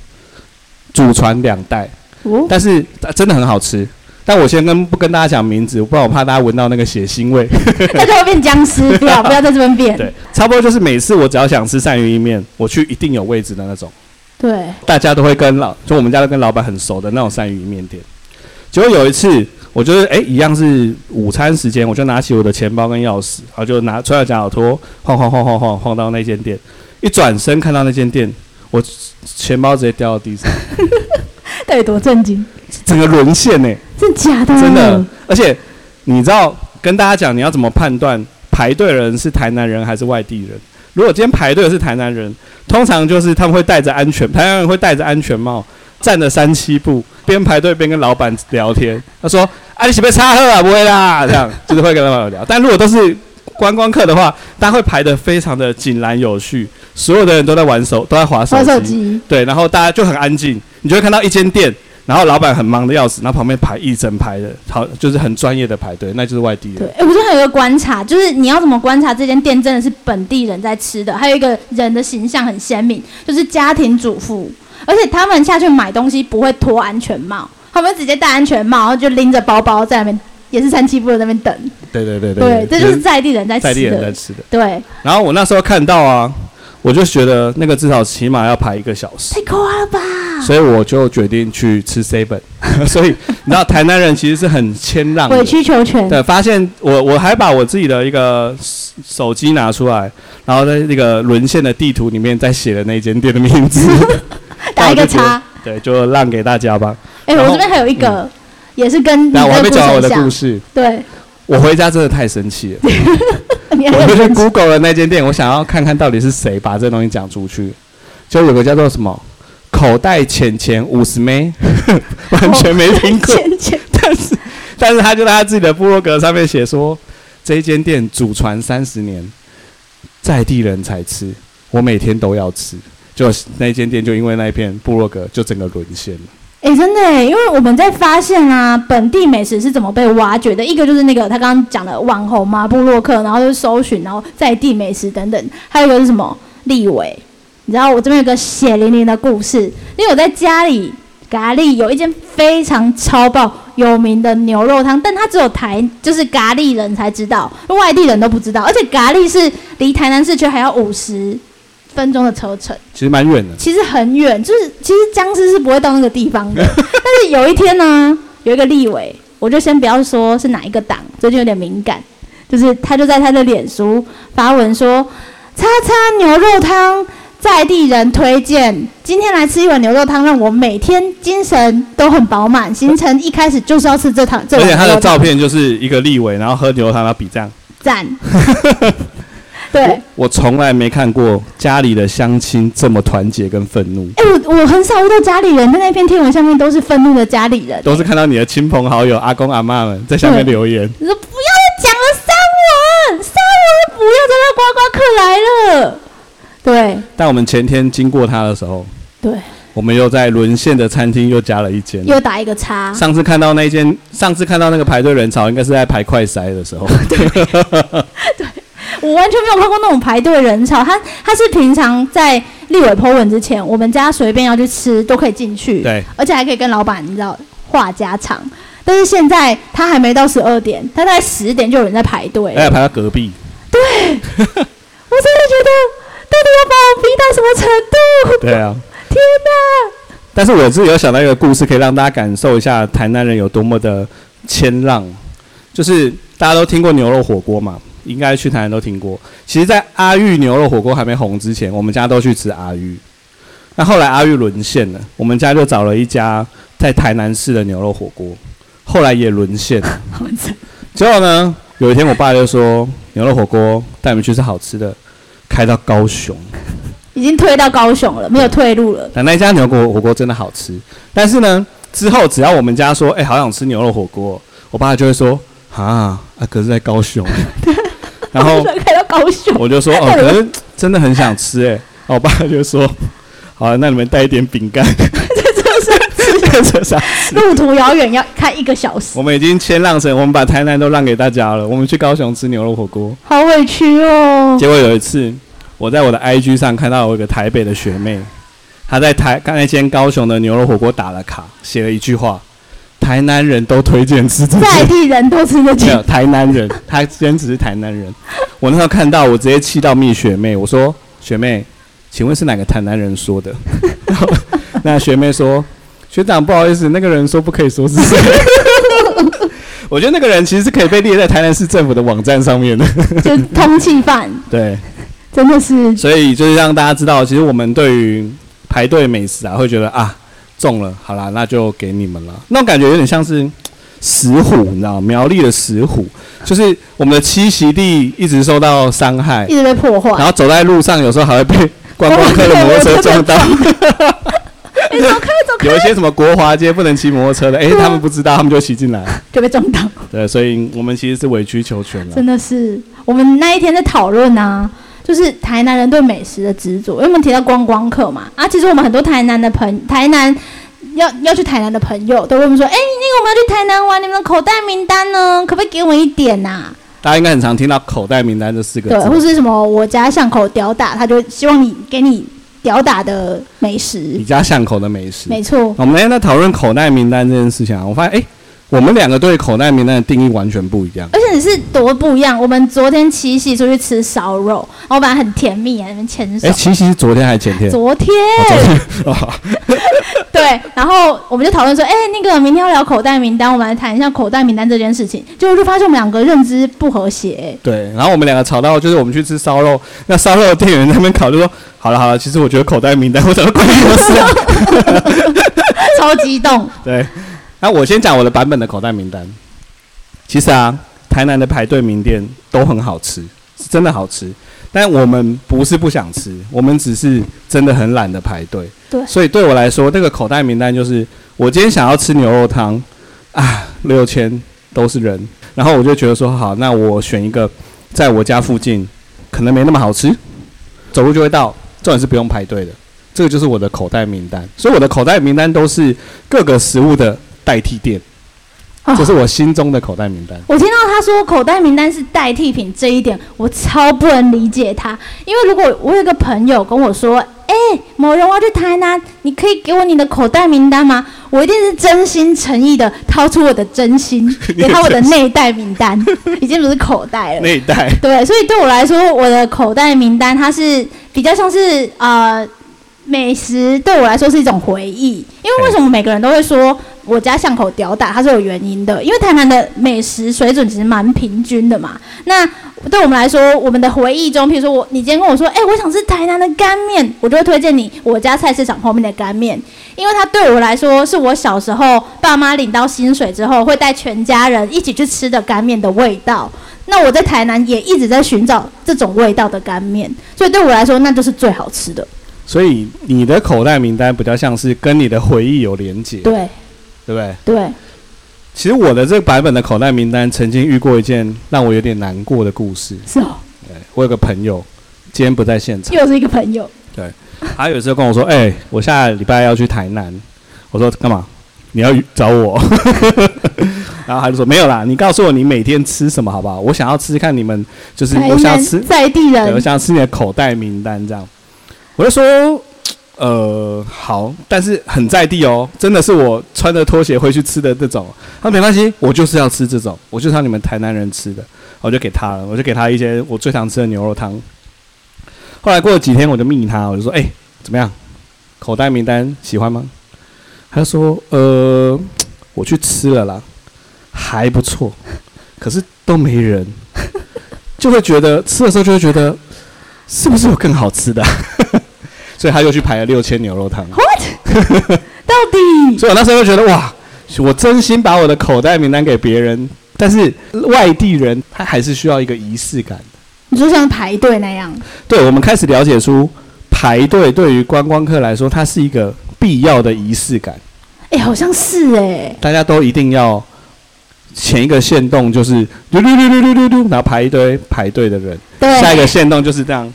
[SPEAKER 1] 祖传两代，
[SPEAKER 4] 哦，
[SPEAKER 1] 但是、呃真的很好吃。但我先跟不跟大家讲名字，不然我怕大家闻到那个血腥味。
[SPEAKER 4] 那就会变僵尸，不
[SPEAKER 1] (laughs)
[SPEAKER 4] 要不要在这边变。
[SPEAKER 1] 对，差不多就是每次我只要想吃鳝鱼意面，我去一定有位置的那种。
[SPEAKER 4] 对，
[SPEAKER 1] 大家都会跟老，就我们家都跟老板很熟的那种鳝鱼面店。结果有一次，我就是哎、一样是午餐时间，我就拿起我的钱包跟钥匙，然后就拿穿着假脚拖晃晃晃晃晃晃到那间店，一转身看到那间店，我钱包直接掉到地上，
[SPEAKER 4] 到底多震惊？
[SPEAKER 1] 整个沦陷呢、欸
[SPEAKER 4] 真假的？
[SPEAKER 1] 真的。而且你知道，跟大家讲你要怎么判断排队的人是台南人还是外地人？如果今天排队的是台南人，通常就是他们会戴着安全，台南人会戴着安全帽，站着三七步，边排队边跟老板聊天。他说：“啊，你是不是插喝啊？不会啦。”这样就是会跟老板聊。但如果都是观光客的话，大家会排得非常的井然有序，所有的人都在玩手，都在划手
[SPEAKER 4] 玩
[SPEAKER 1] 机。
[SPEAKER 4] 手机，
[SPEAKER 1] 对，然后大家就很安静，你就会看到一间店，然后老板很忙的要死，然后旁边排一整排的，好就是很专业的排队，那就是外地
[SPEAKER 4] 对
[SPEAKER 1] 人。，
[SPEAKER 4] 哎，我这还有一个观察，就是你要怎么观察这间店真的是本地人在吃的，还有一个人的形象很鲜明，就是家庭主妇，而且他们下去买东西不会脱安全帽，他们直接戴安全帽，然后就拎着包包在那边，也是三七步的那边等。
[SPEAKER 1] 对对对
[SPEAKER 4] 对，这就是在地人在
[SPEAKER 1] 在地
[SPEAKER 4] 吃
[SPEAKER 1] 人在
[SPEAKER 4] 的。
[SPEAKER 1] 吃的。
[SPEAKER 4] 对，
[SPEAKER 1] 然后我那时候看到啊，我就觉得那个至少起码要排一个小时，
[SPEAKER 4] 太夸了吧！
[SPEAKER 1] 所以我就决定去吃 seven。所 (laughs) 以你知道台南人其实是很谦让的，
[SPEAKER 4] 委曲求全。
[SPEAKER 1] 对，发现我我还把我自己的一个手手机拿出来，然后在那个沦陷的地图里面再写了那间店的名
[SPEAKER 4] (laughs)
[SPEAKER 1] 字，
[SPEAKER 4] 打一个叉。
[SPEAKER 1] 对，就让给大家吧。
[SPEAKER 4] 哎、
[SPEAKER 1] 然
[SPEAKER 4] 我
[SPEAKER 1] 后嗯啊
[SPEAKER 4] 这边还有一个，也是跟你
[SPEAKER 1] 那我还没讲完我
[SPEAKER 4] 的
[SPEAKER 1] 的故
[SPEAKER 4] 故事
[SPEAKER 1] 事，
[SPEAKER 4] 很像。
[SPEAKER 1] 我回家真的太生气
[SPEAKER 4] (laughs)
[SPEAKER 1] 了，
[SPEAKER 4] 对，你还
[SPEAKER 1] 我就
[SPEAKER 4] 有
[SPEAKER 1] 去
[SPEAKER 4] 生气
[SPEAKER 1] Google 了那间店，我想要看看到底是谁把这东西讲出去。就有个叫做什么“口袋浅浅五十妹”， (laughs) 完全没听过，
[SPEAKER 4] 浅浅
[SPEAKER 1] (laughs) 但是但是他就在他自己的部落格上面写说，这一间店祖传三十年，在地人才吃，我每天都要吃。就那间店就因为那一片部落格就整个沦陷了。
[SPEAKER 4] 哎、真的哎，因为我们在发现啊，本地美食是怎么被挖掘的。一个就是那个他刚刚讲的网红嘛、部落客，然后就是搜寻，然后在地美食等等。还有一个是什么？立伟，你知道我这边有个血淋淋的故事，因为我在家里咖喱有一间非常超爆有名的牛肉汤，但它只有台就是咖喱人才知道，外地人都不知道。而且咖喱是离台南市区还要五十分钟的车程。
[SPEAKER 1] 其实蛮远的，
[SPEAKER 4] 其实很远，就是其实僵尸是不会到那个地方
[SPEAKER 1] (laughs)
[SPEAKER 4] 的。但是有一天呢，有一个立委，我就先不要说是哪一个党，最近有点敏感，就是他就在他的脸书发文说：“叉叉牛肉汤在地人推荐，今天来吃一碗牛肉汤，让我每天精神都很饱满。行程一开始就是要吃这汤，这
[SPEAKER 1] 而
[SPEAKER 4] 碗
[SPEAKER 1] 且他
[SPEAKER 4] 牛
[SPEAKER 1] 的
[SPEAKER 4] 肉汤
[SPEAKER 1] 照片就是一个立伟，然后喝牛肉汤，他比赞。
[SPEAKER 4] 赞。” (laughs) 对。
[SPEAKER 1] 我从来没看过家里的乡亲这么团结跟愤怒，
[SPEAKER 4] 哎、我我很少遇到家里人，但那篇贴文下面都是愤怒的家里人，
[SPEAKER 1] 都是看到你的亲朋好友、阿公阿妈们在下面
[SPEAKER 4] 对
[SPEAKER 1] 留言。
[SPEAKER 4] 你说不要再讲了，删文，删文，不要再让刮刮客来了。对
[SPEAKER 1] 但我们前天经过他的时候，
[SPEAKER 4] 对，
[SPEAKER 1] 我们又在沦陷的餐厅又加了一间。
[SPEAKER 4] 又打一个叉。
[SPEAKER 1] 上次看到那间，上次看到那个排队人潮，应该是在排快筛的时候。
[SPEAKER 4] 我完全没有看过那种排队人潮，他他是平常在立委 po 文之前，我们家随便要去吃都可以进去，
[SPEAKER 1] 对，
[SPEAKER 4] 而且还可以跟老板你知道话家常。但是现在他还没到十二点，他大概十点就有人在排队
[SPEAKER 1] 而
[SPEAKER 4] 了。
[SPEAKER 1] 且哎排到隔壁。
[SPEAKER 4] 我真的觉得，到底要把我逼到什么程度？
[SPEAKER 1] 对啊，
[SPEAKER 4] 天哪！
[SPEAKER 1] 但是我自己有想到一个故事，可以让大家感受一下台南人有多么的谦让。就是大家都听过牛肉火锅嘛，应该去台南都听过。其实，在阿玉牛肉火锅还没红之前，我们家都去吃阿玉。那后来阿玉沦陷了，我们家就找了一家在台南市的牛肉火锅，后来也沦陷了。
[SPEAKER 4] 好惨
[SPEAKER 1] 结果呢，有一天我爸就说牛肉火锅带你们去吃好吃的，开到高雄。
[SPEAKER 4] 已经推到高雄了，没有退路了。
[SPEAKER 1] 但那一家牛肉火锅真的好吃，但是呢，之后只要我们家说，哎、好想吃牛肉火锅哦，我爸就会说，啊啊，可是在高雄，然
[SPEAKER 4] (laughs)
[SPEAKER 1] 后
[SPEAKER 4] 开到高雄，
[SPEAKER 1] 我就说，哦，可是真的很想吃、哎，然后我爸就说，好啊、那你们带一点饼干， (laughs) 这是啥？
[SPEAKER 4] 路途遥远，要开一个小时，
[SPEAKER 1] 我们已经谦让成，我们把台南都让给大家了，我们去高雄吃牛肉火锅。
[SPEAKER 4] 好委屈哦。
[SPEAKER 1] (laughs) 结果有一次，我在我的 IG 上看到有一个台北的学妹，她在台刚才间高雄的牛肉火锅打了卡，写了一句话：“台南人都推荐吃这
[SPEAKER 4] 在
[SPEAKER 1] 间。
[SPEAKER 4] 地人都吃得”起
[SPEAKER 1] (laughs) 没，有台南人，她真只是台南人。我那时候看到，我直接气到蜜学妹，我说：“学妹，请问是哪个台南人说的？” (laughs) 后那学妹说：“学长，不好意思，那个人说不可以说是
[SPEAKER 4] (laughs)
[SPEAKER 1] 谁。”我觉得那个人其实是可以被列在台南市政府的网站上
[SPEAKER 4] (laughs)
[SPEAKER 1] 面的。
[SPEAKER 4] 就通气犯，
[SPEAKER 1] 对，
[SPEAKER 4] 真
[SPEAKER 1] (laughs)
[SPEAKER 4] 的是
[SPEAKER 1] 所以就是让大家知道，其实我们对于排队美食啊，会觉得啊中了，好啦，那就给你们了。那种感觉有点像是石虎，你知道吗苗栗的石虎，就是我们的栖息地一直受到伤
[SPEAKER 4] (laughs)
[SPEAKER 1] 害
[SPEAKER 4] 一，直被破坏
[SPEAKER 1] 然。后走在路上有时候还会被观光客的摩托车撞到。
[SPEAKER 4] 哎，走
[SPEAKER 1] (laughs)
[SPEAKER 4] 开走开，
[SPEAKER 1] 有一些什么国华街不能骑摩托车的，哎、
[SPEAKER 4] 对啊
[SPEAKER 1] 他们不知道，他们就骑进来。
[SPEAKER 4] 就被撞
[SPEAKER 1] (laughs)
[SPEAKER 4] 到，
[SPEAKER 1] 对，所以我们其实是委曲求全了。啊
[SPEAKER 4] 真的是。我们那一天在讨论啊，就是台南人对美食的执着，因为我们提到观光客嘛，啊，其实我们很多台南的朋，台南要要去台南的朋友都问我们说，哎、那个我们要去台南玩，你们的口袋名单呢？可不可以给我们一点呐、啊？
[SPEAKER 1] 大家应该很常听到“口袋名单”这四个
[SPEAKER 4] 对，或
[SPEAKER 1] 字。
[SPEAKER 4] 是什么我家巷口屌打，他就希望你给你屌打的美食
[SPEAKER 1] 你。家巷口的美食，
[SPEAKER 4] 没错，
[SPEAKER 1] 我们那天在讨论口袋名单这件事情啊，我发现哎、诶我们两个对口袋名单的定义完全不一样。
[SPEAKER 4] 而且是多不一样。我们昨天七夕出去吃烧肉，然后本来很甜蜜啊，在那边牵手。
[SPEAKER 1] 哎、其实是昨天还是前天？
[SPEAKER 4] 昨天，
[SPEAKER 1] 哦好
[SPEAKER 4] 对，然后我们就讨论说，哎、那个明天要聊口袋名单，我们来谈一下口袋名单这件事情。结果就发现我们两个认知不和谐、
[SPEAKER 1] (laughs) 对，然后我们两个吵到，就是我们去吃烧肉，那烧肉的店员在那边考虑说，好了好了，其实我觉得口袋名单，我怎么关你什么事啊？
[SPEAKER 4] 超激动。
[SPEAKER 1] 对，那我先讲我的版本的口袋名单。其实啊，台南的排队名店都很好吃，是真的好吃。但我们不是不想吃，我们只是真的很懒得排队。
[SPEAKER 4] 对
[SPEAKER 1] 所以对我来说，那个口袋名单就是，我今天想要吃牛肉汤，啊，六千都是人，然后我就觉得说，好，那我选一个在我家附近，可能没那么好吃，走路就会到，重点是不用排队的。这个就是我的口袋名单，所以我的口袋名单都是各个食物的代替店，
[SPEAKER 4] 啊
[SPEAKER 1] 这是我心中的口袋名单。
[SPEAKER 4] 我听到他说口袋名单是代替品这一点，我超不能理解他。因为如果我有一个朋友跟我说，哎、某人我要去台南，你可以给我你的口袋名单吗？我一定是真心诚意的掏出我的真心，给他我的内袋名单，已经不是口袋了。
[SPEAKER 1] 那一代
[SPEAKER 4] 对，所以对我来说，我的口袋名单它是比较像是呃美食，对我来说是一种回忆。因为为什么每个人都会说我家巷口屌打，它是有原因的。因为台南的美食水准其实蛮平均的嘛。那对我们来说，我们的回忆中，譬如说我，你今天跟我说，哎、我想吃台南的干面，我就会推荐你我家菜市场后面的干面，因为它对我来说是我小时候爸妈领到薪水之后，会带全家人一起去吃的干面的味道。那我在台南也一直在寻找这种味道的干面，所以对我来说，那就是最好吃的。
[SPEAKER 1] 所以你的口袋名单比较像是跟你的回忆有连结，对不
[SPEAKER 4] 对
[SPEAKER 1] 对？
[SPEAKER 4] 对，
[SPEAKER 1] 其实我的这个版本的口袋名单曾经遇过一件让我有点难过的故事。
[SPEAKER 4] 是哦，
[SPEAKER 1] 我有个朋友今天不在现场，
[SPEAKER 4] 又是一个朋友，
[SPEAKER 1] 他有时候跟我说：“哎、我下礼拜要去台南。”我说：“干嘛？你要找我？” (laughs) 然后他就说：“没有啦，你告诉我你每天吃什么好不好？我想要吃看你们，就是
[SPEAKER 4] 台
[SPEAKER 1] 我想要
[SPEAKER 4] 南
[SPEAKER 1] 吃，
[SPEAKER 4] 在地
[SPEAKER 1] 对我
[SPEAKER 4] 人，
[SPEAKER 1] 想要吃你的口袋名单这样。”我就说：“呃，好，但是很在地哦，真的是我穿着拖鞋会去吃的这种。”他说：“没关系，我就是要吃这种，我就是要你们台南人吃的。”我就给他了，我就给他一些我最常吃的牛肉汤。后来过了几天，我就密他，我就说：“哎、怎么样？口袋名单喜欢吗？”他说：“呃，我去吃了啦，还不错，可是都没人，就会觉得吃的时候就会觉得是不是有更好吃的啊、 (laughs) 所以他又去排了六千牛肉汤。 (laughs)
[SPEAKER 4] 到底
[SPEAKER 1] 所以我那时候就觉得哇，我真心把我的口袋名单给别人，但是外地人他还是需要一个仪式感。
[SPEAKER 4] 你就像排队那样，
[SPEAKER 1] 对，我们开始了解出排队对于观光客来说，它是一个必要的仪式感，
[SPEAKER 4] 哎、好像是哎、
[SPEAKER 1] 大家都一定要前一个限动就是噜噜噜噜噜噜噜，然后排一堆排队的人，
[SPEAKER 4] 对，
[SPEAKER 1] 下一个限动就是这样，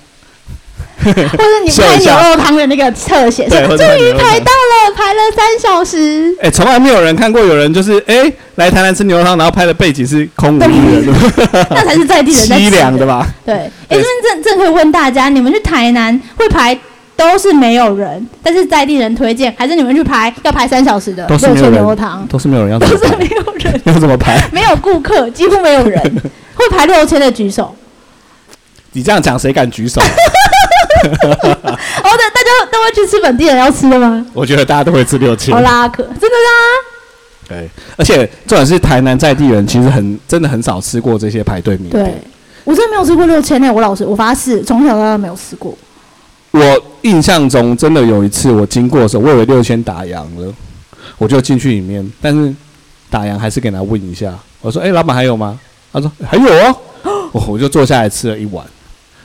[SPEAKER 4] (laughs) 或者你
[SPEAKER 1] 笑
[SPEAKER 4] 拍
[SPEAKER 1] 一
[SPEAKER 4] 牛
[SPEAKER 1] 下
[SPEAKER 4] 肉汤的那个特写，
[SPEAKER 1] 对，
[SPEAKER 4] 说
[SPEAKER 1] 或
[SPEAKER 4] 终
[SPEAKER 1] 者
[SPEAKER 4] 于
[SPEAKER 1] 牛肉汤
[SPEAKER 4] 排到了，排了三
[SPEAKER 1] (laughs)
[SPEAKER 4] 小时，
[SPEAKER 1] 哎、从来没有人看过有人就是哎、来台南吃牛肉汤，然后拍的背景是空无一人，
[SPEAKER 4] 那才是在地人在吃
[SPEAKER 1] 凄凉的吧？
[SPEAKER 4] 对，哎、这
[SPEAKER 1] 对
[SPEAKER 4] 边正正可以问大家，你们去台南会排都是没有人，但是在地人推荐，还是你们去排要排三小时的
[SPEAKER 1] 都是
[SPEAKER 4] 六
[SPEAKER 1] 没有人
[SPEAKER 4] 千牛肉汤，
[SPEAKER 1] 都是没有人
[SPEAKER 4] (laughs)
[SPEAKER 1] 要
[SPEAKER 4] 都
[SPEAKER 1] 怎么
[SPEAKER 4] 是
[SPEAKER 1] 排，
[SPEAKER 4] 没有人，
[SPEAKER 1] 要怎么排？
[SPEAKER 4] 没有顾客，几乎没有 (laughs) 人会排六千的举手，哦
[SPEAKER 1] 你这样讲谁敢举手？
[SPEAKER 4] 哦，对，大家都会去吃本地人要吃的吗？
[SPEAKER 1] (laughs) 我觉得大家都会吃六千
[SPEAKER 4] 好。啦，可真的啦，
[SPEAKER 1] 对，而且重点是台南在地人其实很真的很少吃过这些排队名
[SPEAKER 4] 对
[SPEAKER 1] 店。。
[SPEAKER 4] 我真的没有吃过六千呢，我老实，我发誓，从小到大没有吃过。
[SPEAKER 1] 我印象中真的有一次我经过的时候，我以为六千打烊了，我就进去里面，但是打烊还是给他问一下。我说：“哎、老板还有吗？”他说：“还有哦。” (gasps) 我我就坐下来吃了一碗，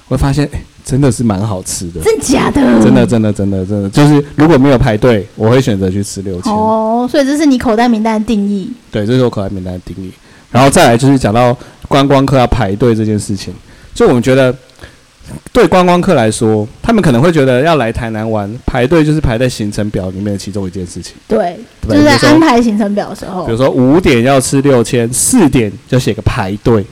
[SPEAKER 1] 我发现、哎，真的是蛮好吃的，
[SPEAKER 4] 真假的？
[SPEAKER 1] 真的真的真的真的，就是如果没有排队，我会选择去吃六千。
[SPEAKER 4] 哦，所以这是你口袋名单的定义。
[SPEAKER 1] 对，这是我口袋名单的定义。然后再来就是讲到观光客要排队这件事情，就我们觉得对观光客来说，他们可能会觉得要来台南玩，排队就是排在行程表里面的其中一件事情。
[SPEAKER 4] 对，
[SPEAKER 1] 对
[SPEAKER 4] 就是在
[SPEAKER 1] 比如说
[SPEAKER 4] 安排行程表的时候
[SPEAKER 1] 比如，说五点要吃六千，四点就写个排队。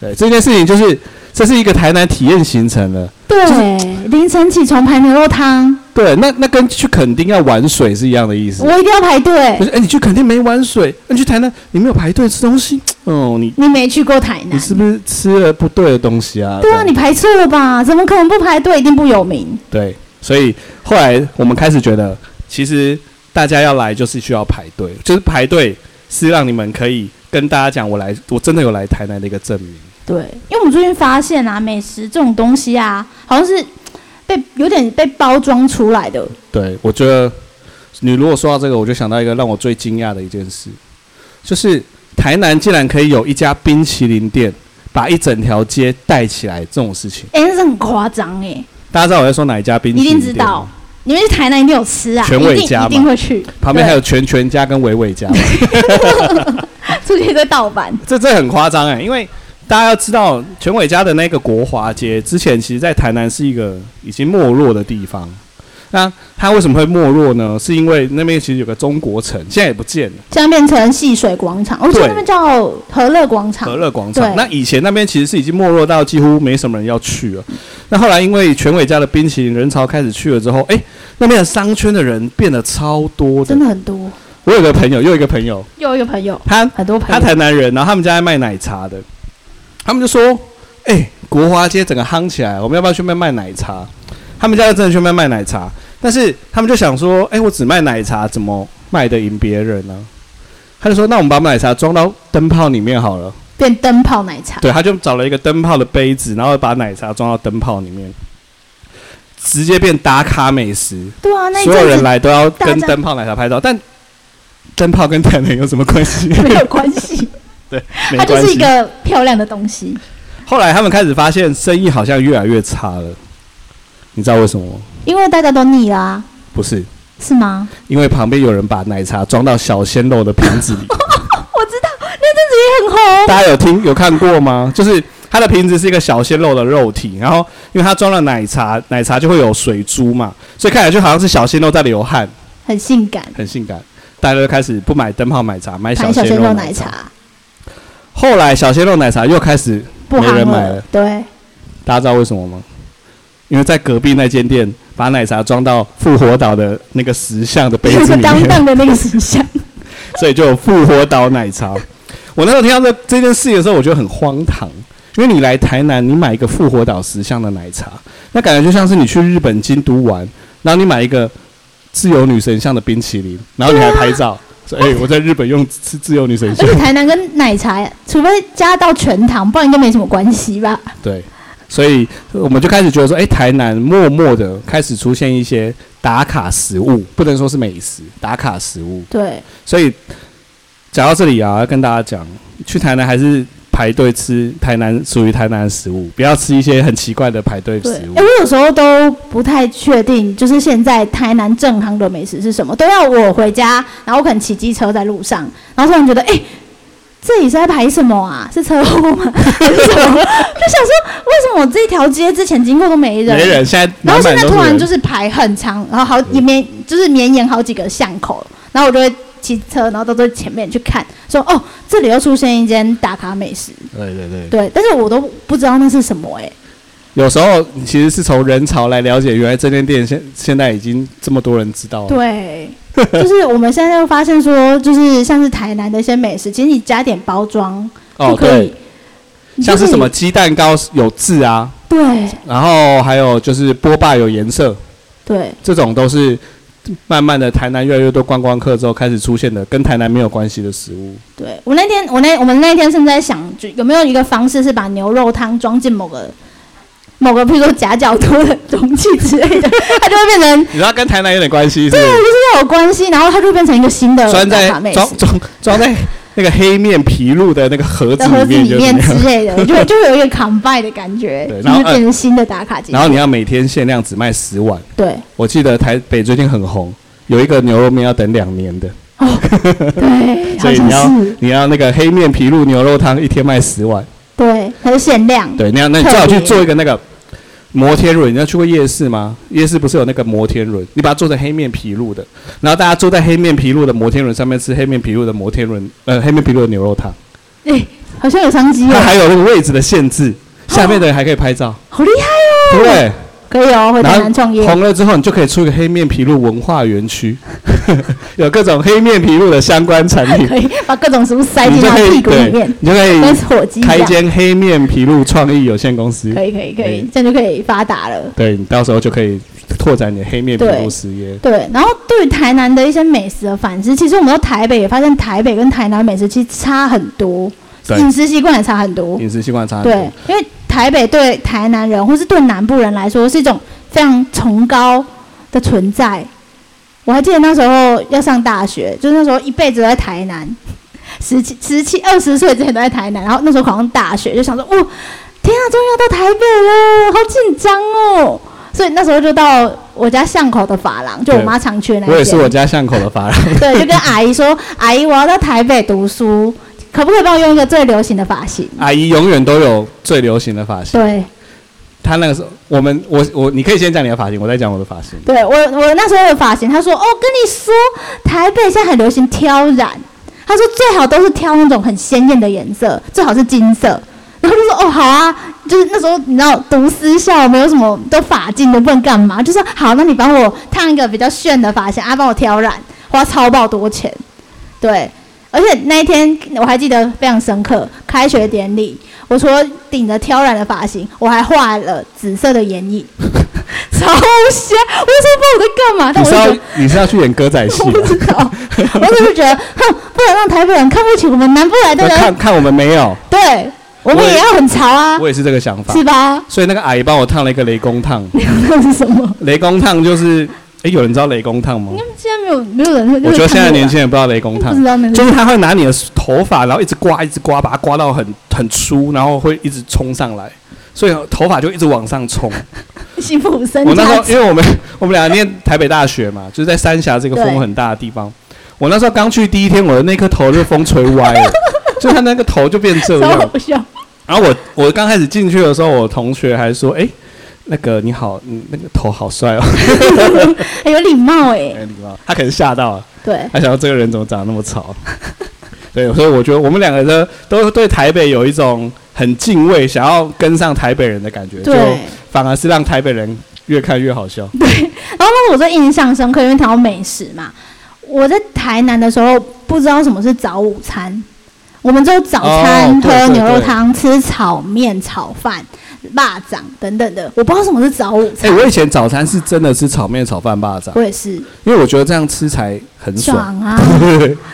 [SPEAKER 1] 对，这件事情就是这是一个台南体验行程了。
[SPEAKER 4] 对，凌晨起床排牛肉汤，
[SPEAKER 1] 对，那那跟去垦丁要玩水是一样的意思。
[SPEAKER 4] 我一定要排队
[SPEAKER 1] 就是，。哎、你去垦丁没玩水，那你去台南你没有排队吃东西，哦，你
[SPEAKER 4] 你没去过台
[SPEAKER 1] 你
[SPEAKER 4] 南，
[SPEAKER 1] 是不是吃了不对的东西啊？
[SPEAKER 4] 对
[SPEAKER 1] 这
[SPEAKER 4] 啊，
[SPEAKER 1] 样
[SPEAKER 4] 你排错了吧？怎么可能不排队？一定不有名。
[SPEAKER 1] 对，所以后来我们开始觉得，其实大家要来就是需要排队，就是排队是让你们可以跟大家讲，我来，我真的有来台南的一个证明。
[SPEAKER 4] 对，因为我们最近发现啊，美食这种东西啊，好像是被有点被包装出来的。
[SPEAKER 1] 对，我觉得你如果说到这个，我就想到一个让我最惊讶的一件事，就是台南竟然可以有一家冰淇淋店把一整条街带起来这种事情。
[SPEAKER 4] 哎、那是很夸张哎！
[SPEAKER 1] 大家知道我在说哪一家冰淇
[SPEAKER 4] 你一
[SPEAKER 1] 淋店吗？
[SPEAKER 4] 定知道，你们去台南一定有吃啊，
[SPEAKER 1] 全
[SPEAKER 4] 一
[SPEAKER 1] 味
[SPEAKER 4] 定
[SPEAKER 1] 家
[SPEAKER 4] 一定
[SPEAKER 1] 嘛
[SPEAKER 4] 会去。
[SPEAKER 1] 旁边还
[SPEAKER 4] 对
[SPEAKER 1] 有全全家跟伟伟家。
[SPEAKER 4] 出现一堆盗版，
[SPEAKER 1] 这这很夸张哎，因为大家要知道，全伟家的那个国华街之前其实在台南是一个已经没落的地方。那它为什么会没落呢？是因为那边其实有个中国城，现在也不见了，
[SPEAKER 4] 现在变成戏水广场，我记得
[SPEAKER 1] 对
[SPEAKER 4] 那边叫和乐广场
[SPEAKER 1] 和。乐广场。
[SPEAKER 4] 啊对
[SPEAKER 1] 那以前那边其实是已经没落到几乎没什么人要去了。那后来因为全伟家的冰淇淋人潮开始去了之后，哎，那边的商圈的人变得超多的
[SPEAKER 4] 真。的很多。
[SPEAKER 1] 我有个朋友，又有一个朋友，
[SPEAKER 4] 又有一个朋友，
[SPEAKER 1] 他
[SPEAKER 4] 很多朋
[SPEAKER 1] 他
[SPEAKER 4] 友，
[SPEAKER 1] 台南人，然后他们家在卖奶茶的，他们就说：“哎、国华街整个夯起来，我们要不要去卖卖奶茶？”他们家就真的去卖卖奶茶，但是他们就想说：“哎、我只卖奶茶，怎么卖得赢别人呢、他就说：“那我们把奶茶装到灯泡里面好了。
[SPEAKER 4] 变灯泡奶”茶，
[SPEAKER 1] 对，他就找了一个灯泡的杯子，然后把奶茶装到灯泡里面，直接变打卡美食，
[SPEAKER 4] 对啊，那一
[SPEAKER 1] 所有
[SPEAKER 4] 阵
[SPEAKER 1] 人
[SPEAKER 4] 子
[SPEAKER 1] 来都要
[SPEAKER 4] 大家
[SPEAKER 1] 跟灯泡奶茶拍照，但灯泡跟台南有什么关系？
[SPEAKER 4] (laughs) 没有关系，
[SPEAKER 1] (laughs) 没
[SPEAKER 4] 它就
[SPEAKER 1] 关
[SPEAKER 4] 是
[SPEAKER 1] 系
[SPEAKER 4] 一个漂亮的东西。
[SPEAKER 1] 后来他们开始发现生意好像越来越差了，你知道为什么吗？
[SPEAKER 4] 因为大家都腻啦、
[SPEAKER 1] 不是，
[SPEAKER 4] 是吗？
[SPEAKER 1] 因为旁边有人把奶茶装到小鲜肉的瓶子
[SPEAKER 4] (laughs)
[SPEAKER 1] 里，
[SPEAKER 4] 我知道那阵子也很红，
[SPEAKER 1] 大家有听有看过吗？就是它的瓶子是一个小鲜肉的肉体，然后因为它装了奶茶，奶茶就会有水珠嘛，所以看起来就好像是小鲜肉在流汗，
[SPEAKER 4] 很性感，
[SPEAKER 1] 很性感。大家就开始不买灯泡奶茶，买
[SPEAKER 4] 谈
[SPEAKER 1] 哎小
[SPEAKER 4] 小
[SPEAKER 1] 鲜
[SPEAKER 4] 鲜肉
[SPEAKER 1] 肉
[SPEAKER 4] 奶
[SPEAKER 1] 奶茶。
[SPEAKER 4] 茶
[SPEAKER 1] 后来小鲜肉奶茶又开始，
[SPEAKER 4] 不
[SPEAKER 1] 没
[SPEAKER 4] 夯
[SPEAKER 1] 人买了
[SPEAKER 4] 对，
[SPEAKER 1] 大家知道为什么吗？因为在隔壁那间店把奶茶装到复活岛的那个石像的杯
[SPEAKER 4] (laughs) 有
[SPEAKER 1] 子
[SPEAKER 4] 个
[SPEAKER 1] 里
[SPEAKER 4] 当
[SPEAKER 1] 面。
[SPEAKER 4] 当的那个
[SPEAKER 1] (laughs)
[SPEAKER 4] 形象，
[SPEAKER 1] 所以就有复活岛奶茶。我那时候听到这这件事情的时候，我觉得很荒唐，因为你来台南，你买一个复活岛十项的奶茶，那感觉就像是你去日本京都玩，然后你买一个自由女神像的冰淇淋，然后你还拍照，
[SPEAKER 4] (laughs)
[SPEAKER 1] 说：“哎、我在日本用吃自由女神
[SPEAKER 4] 而
[SPEAKER 1] 像
[SPEAKER 4] 且。台南跟奶茶，除非加到全糖，不然应该没什么关系吧？”
[SPEAKER 1] 对，所以我们就开始觉得说，哎、台南默默的开始出现一些打卡食物，不能说是美食，打卡食物。
[SPEAKER 4] 对，
[SPEAKER 1] 所以讲到这里啊，要跟大家讲，去台南还是排队吃台南属于台南的食物，不要吃一些很奇怪的排队
[SPEAKER 4] 对，
[SPEAKER 1] 食物
[SPEAKER 4] 哎、。我有时候都不太确定，就是现在台南正夯的美食是什么，都要我回家，然后我可能骑机车在路上，然后突然觉得，哎、这里是在排什么啊？是车祸吗？还是什么？ (laughs) 就想说，为什么我这条街之前经过都没人？
[SPEAKER 1] 没人，现在
[SPEAKER 4] 然
[SPEAKER 1] 满
[SPEAKER 4] 后现
[SPEAKER 1] 满
[SPEAKER 4] 在
[SPEAKER 1] 都
[SPEAKER 4] 突然就是是排很长，然后好也绵就是绵延好几个巷口，然后我就会骑车，然后到最前面去看，说哦，这里又出现一间打卡美食，
[SPEAKER 1] 人。对对对，
[SPEAKER 4] 对，但是我都不知道那是什么哎、
[SPEAKER 1] 有时候你其实是从人潮来了解，原来这间店现现在已经这么多人知道了。
[SPEAKER 4] 对，就是我们现在又发现说，就是像是台南的一些美食，其实你加点包装就
[SPEAKER 1] 哦，
[SPEAKER 4] 可以，
[SPEAKER 1] 对，
[SPEAKER 4] 你就
[SPEAKER 1] 像是
[SPEAKER 4] 可以
[SPEAKER 1] 什么鸡蛋糕有字啊，
[SPEAKER 4] 对
[SPEAKER 1] 然后还有就是波霸有颜色，
[SPEAKER 4] 对，
[SPEAKER 1] 这种都是慢慢的台南越来越多观光客之后开始出现的，跟台南没有关系的食物。
[SPEAKER 4] 对我那天，我那我们那天正在想，就有没有一个方式是把牛肉汤装进某个某个，譬如说夹角多的容器之类的，它就会变成
[SPEAKER 1] 你知道跟台南有点关系是不
[SPEAKER 4] 对，
[SPEAKER 1] 是？
[SPEAKER 4] 就是有关系，然后它就会变成一个新的
[SPEAKER 1] 装在
[SPEAKER 4] 法美食
[SPEAKER 1] 装装装在那个黑面皮露的那个盒子
[SPEAKER 4] 的盒
[SPEAKER 1] 里
[SPEAKER 4] 子
[SPEAKER 1] 面
[SPEAKER 4] 里
[SPEAKER 1] 就怎
[SPEAKER 4] 面
[SPEAKER 1] 么
[SPEAKER 4] 之
[SPEAKER 1] 样？
[SPEAKER 4] 类的，就就有一个 combine 的感
[SPEAKER 1] (laughs)
[SPEAKER 4] 觉，
[SPEAKER 1] 对
[SPEAKER 4] 就
[SPEAKER 1] 然后
[SPEAKER 4] 是变成新的打卡景
[SPEAKER 1] 然。后你要每天限量只卖十碗。
[SPEAKER 4] 对
[SPEAKER 1] 我记得台北最近很红，有一个牛肉面要等两年的，
[SPEAKER 4] 哦
[SPEAKER 1] (laughs)
[SPEAKER 4] 对，
[SPEAKER 1] 所
[SPEAKER 4] 好
[SPEAKER 1] 以你
[SPEAKER 4] 像
[SPEAKER 1] 要
[SPEAKER 4] 是
[SPEAKER 1] 你要那个黑面皮露牛肉汤一天卖十碗。
[SPEAKER 4] 对，它是限量。
[SPEAKER 1] (laughs) 对，那样那你
[SPEAKER 4] 特
[SPEAKER 1] 最
[SPEAKER 4] 别
[SPEAKER 1] 好去做一个那个摩天轮。你要去过夜市吗？夜市不是有那个摩天轮？你把它做成黑面皮鹭的，然后大家坐在黑面皮鹭的摩天轮上面吃黑面皮鹭的摩天轮，呃，黑面皮鹭的牛肉汤。
[SPEAKER 4] 哎，好像有商机
[SPEAKER 1] 它
[SPEAKER 4] 哦，
[SPEAKER 1] 还有那个位置的限制，下面的人还可以拍照，
[SPEAKER 4] 好厉
[SPEAKER 1] 对
[SPEAKER 4] 害
[SPEAKER 1] 不
[SPEAKER 4] 哦！
[SPEAKER 1] 对？
[SPEAKER 4] 可以哦，回台南创业。
[SPEAKER 1] 红了之后，你就可以出一个黑面皮鹭文化园区， (laughs) 有各种黑面皮鹭的相关产品，
[SPEAKER 4] 可以把各种食物塞
[SPEAKER 1] 你
[SPEAKER 4] 进
[SPEAKER 1] 就
[SPEAKER 4] 他
[SPEAKER 1] 可以
[SPEAKER 4] 屁股里
[SPEAKER 1] 对
[SPEAKER 4] 面，，
[SPEAKER 1] 你就可
[SPEAKER 4] 跟
[SPEAKER 1] 以
[SPEAKER 4] 火鸡一
[SPEAKER 1] 嗯开一
[SPEAKER 4] 样。
[SPEAKER 1] 间嗯黑面皮鹭创意有限公司。
[SPEAKER 4] 可以可以可以
[SPEAKER 1] 对，
[SPEAKER 4] 这样就可以发达了。
[SPEAKER 1] 对你到时候就可以拓展你的黑面皮肤事业。
[SPEAKER 4] 对，然后对于台南的一些美食的反思，其实我们到台北也发现，台北跟台南美食其实差很多，
[SPEAKER 1] 对
[SPEAKER 4] 饮食习惯也差很多。
[SPEAKER 1] 饮食习惯差很多
[SPEAKER 4] 对，因为台北对台南人或是对南部人来说是一种非常崇高的存在。我还记得那时候要上大学，就是那时候一辈子都在台南， (laughs) 十七、十七、二十岁之前都在台南，然后那时候考上大学，就想说，哇、天啊，终于要到台北了，好紧张哦！所以那时候就到我家巷口的发廊，就我
[SPEAKER 1] 对
[SPEAKER 4] 妈常去的那一
[SPEAKER 1] 我也是
[SPEAKER 4] 间
[SPEAKER 1] 我家巷口的发廊，
[SPEAKER 4] 对，就跟阿姨说，阿姨，我要到台北读书，可不可以帮我用一个最流行的
[SPEAKER 1] (laughs)
[SPEAKER 4] 发型？
[SPEAKER 1] 阿姨永远都有最流行的发型。
[SPEAKER 4] 对，
[SPEAKER 1] 她那个时候，我们我我，你可以先讲你的发型，我再讲我的发型。
[SPEAKER 4] 对我，我那时候的发型，他说：“哦，跟你说，台北现在很流行挑染，他说最好都是挑那种很鲜艳的颜色，最好是金色。”然后就说：“哦，好啊，就是那时候你知道读私校没有什么都法镜都不能干嘛，就说好，那你帮我烫一个比较炫的发型啊，帮我挑染，花超爆多钱。”对，而且那一天我还记得非常深刻，开学典礼，我除了顶着挑染的发型，我还画了紫色的眼影。 (laughs) 超瞎！我就说不知道我在干嘛，但
[SPEAKER 1] 你
[SPEAKER 4] 我
[SPEAKER 1] 是
[SPEAKER 4] 就觉
[SPEAKER 1] 要 (laughs)
[SPEAKER 4] 得
[SPEAKER 1] 你是要去演歌仔戏啊
[SPEAKER 4] (laughs) 我不
[SPEAKER 1] 吗？
[SPEAKER 4] 知道，我只是觉得，哼，不能让台北人看不起我们南部来的
[SPEAKER 1] 那看
[SPEAKER 4] 人，
[SPEAKER 1] 看我们没有，
[SPEAKER 4] 对我们
[SPEAKER 1] 我也
[SPEAKER 4] 也要很潮啊
[SPEAKER 1] 我，也是这个想法
[SPEAKER 4] 是。吧？
[SPEAKER 1] 所以那个阿姨帮我烫了一个雷公烫，
[SPEAKER 4] 那是什么？
[SPEAKER 1] 雷公烫就是，诶，有人知道雷公烫吗
[SPEAKER 4] 因？为现在没有没有人会，
[SPEAKER 1] 我觉得现在年轻
[SPEAKER 4] 人
[SPEAKER 1] 人不知道雷公烫
[SPEAKER 4] 不知，道那
[SPEAKER 1] (laughs)
[SPEAKER 4] 个
[SPEAKER 1] 就是他会拿你的头发，然后一直刮，一直刮，把它刮到很很粗，然后会一直冲上来，所以头发就一直往上冲。
[SPEAKER 4] (laughs) 幸福生
[SPEAKER 1] 我那时
[SPEAKER 4] 价
[SPEAKER 1] 候
[SPEAKER 4] 值
[SPEAKER 1] 因为我们 (laughs) 我们俩念台北大学嘛，就是在三峡这个风
[SPEAKER 4] 对
[SPEAKER 1] 很大的地方。我那时候刚去第一天，我的那颗头就风吹歪了， (laughs) 就他那个头就变这
[SPEAKER 4] 超
[SPEAKER 1] 样。
[SPEAKER 4] 好笑，
[SPEAKER 1] 然后我我刚开始进去的时候，我同学还说：“哎、那个你好，你那个头好帅哦。，
[SPEAKER 4] 很有礼貌哎
[SPEAKER 1] 哎”礼貌，他可能吓到了。
[SPEAKER 4] 对
[SPEAKER 1] 他想到这个人怎么长得那么潮？ (laughs) 对，所以我觉得我们两个呢，都对台北有一种很敬畏，想要跟上台北人的感觉，就
[SPEAKER 4] 对。
[SPEAKER 1] 反而是让台北人越看越好笑。
[SPEAKER 4] 然后我最印象深刻，因为谈到美食嘛，我在台南的时候不知道什么是早午餐，我们只有早餐、
[SPEAKER 1] 哦对对
[SPEAKER 4] 喝牛肉汤、吃炒面、炒饭、蚂蚱等等的，我不知道什么是早午
[SPEAKER 1] 哎、
[SPEAKER 4] 餐。
[SPEAKER 1] 我以前早餐是真的吃炒面、炒饭、霸掌，
[SPEAKER 4] 我也是
[SPEAKER 1] 因为我觉得这样吃才很爽，
[SPEAKER 4] 爽啊，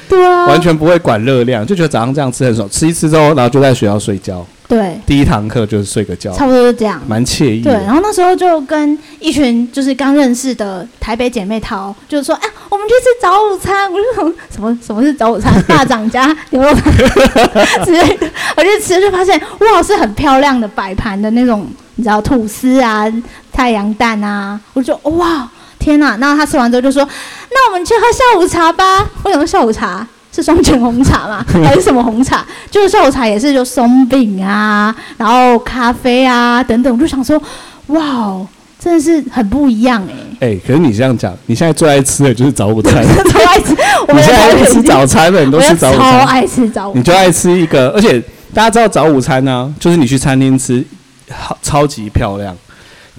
[SPEAKER 4] 对啊，
[SPEAKER 1] (laughs) 完全不会管热量，就觉得早上这样吃很爽，吃一吃之后，然后就在学校睡觉，
[SPEAKER 4] 对，
[SPEAKER 1] 第一堂课就是睡个觉，
[SPEAKER 4] 差不多就这样。
[SPEAKER 1] 蛮惬意
[SPEAKER 4] 对，
[SPEAKER 1] 的。
[SPEAKER 4] 然后那时候就跟一群就是刚认识的台北姐妹淘，就是说，哎、我们去吃早午餐。我就想什么什么是早午餐？大掌加牛肉汤之类的。我就吃，就发现哇，是很漂亮的摆盘的那种，你知道吐司啊、太阳蛋啊，我就哇，天哪！然后他吃完之后就说，那我们去喝下午茶吧。我想说下午茶。是双泉红
[SPEAKER 1] (laughs)
[SPEAKER 4] 茶吗？还是什么红茶？就是下午茶也是就松饼啊，然后咖啡啊等等，我就想说，哇哦，真的是很不一样哎、
[SPEAKER 1] 哎、可是你这样讲，你现在最爱吃的就是早午餐，
[SPEAKER 4] 超爱吃， (laughs) 我
[SPEAKER 1] 你
[SPEAKER 4] 们
[SPEAKER 1] 现在
[SPEAKER 4] 台北
[SPEAKER 1] 爱吃
[SPEAKER 4] 人
[SPEAKER 1] 早餐了，你都
[SPEAKER 4] 我
[SPEAKER 1] 吃
[SPEAKER 4] 要
[SPEAKER 1] 早午
[SPEAKER 4] 超
[SPEAKER 1] 餐。
[SPEAKER 4] 爱吃早午
[SPEAKER 1] 你
[SPEAKER 4] 餐，
[SPEAKER 1] 就爱吃一个，而且大家知道早午餐呢、就是你去餐厅吃，好超级漂亮，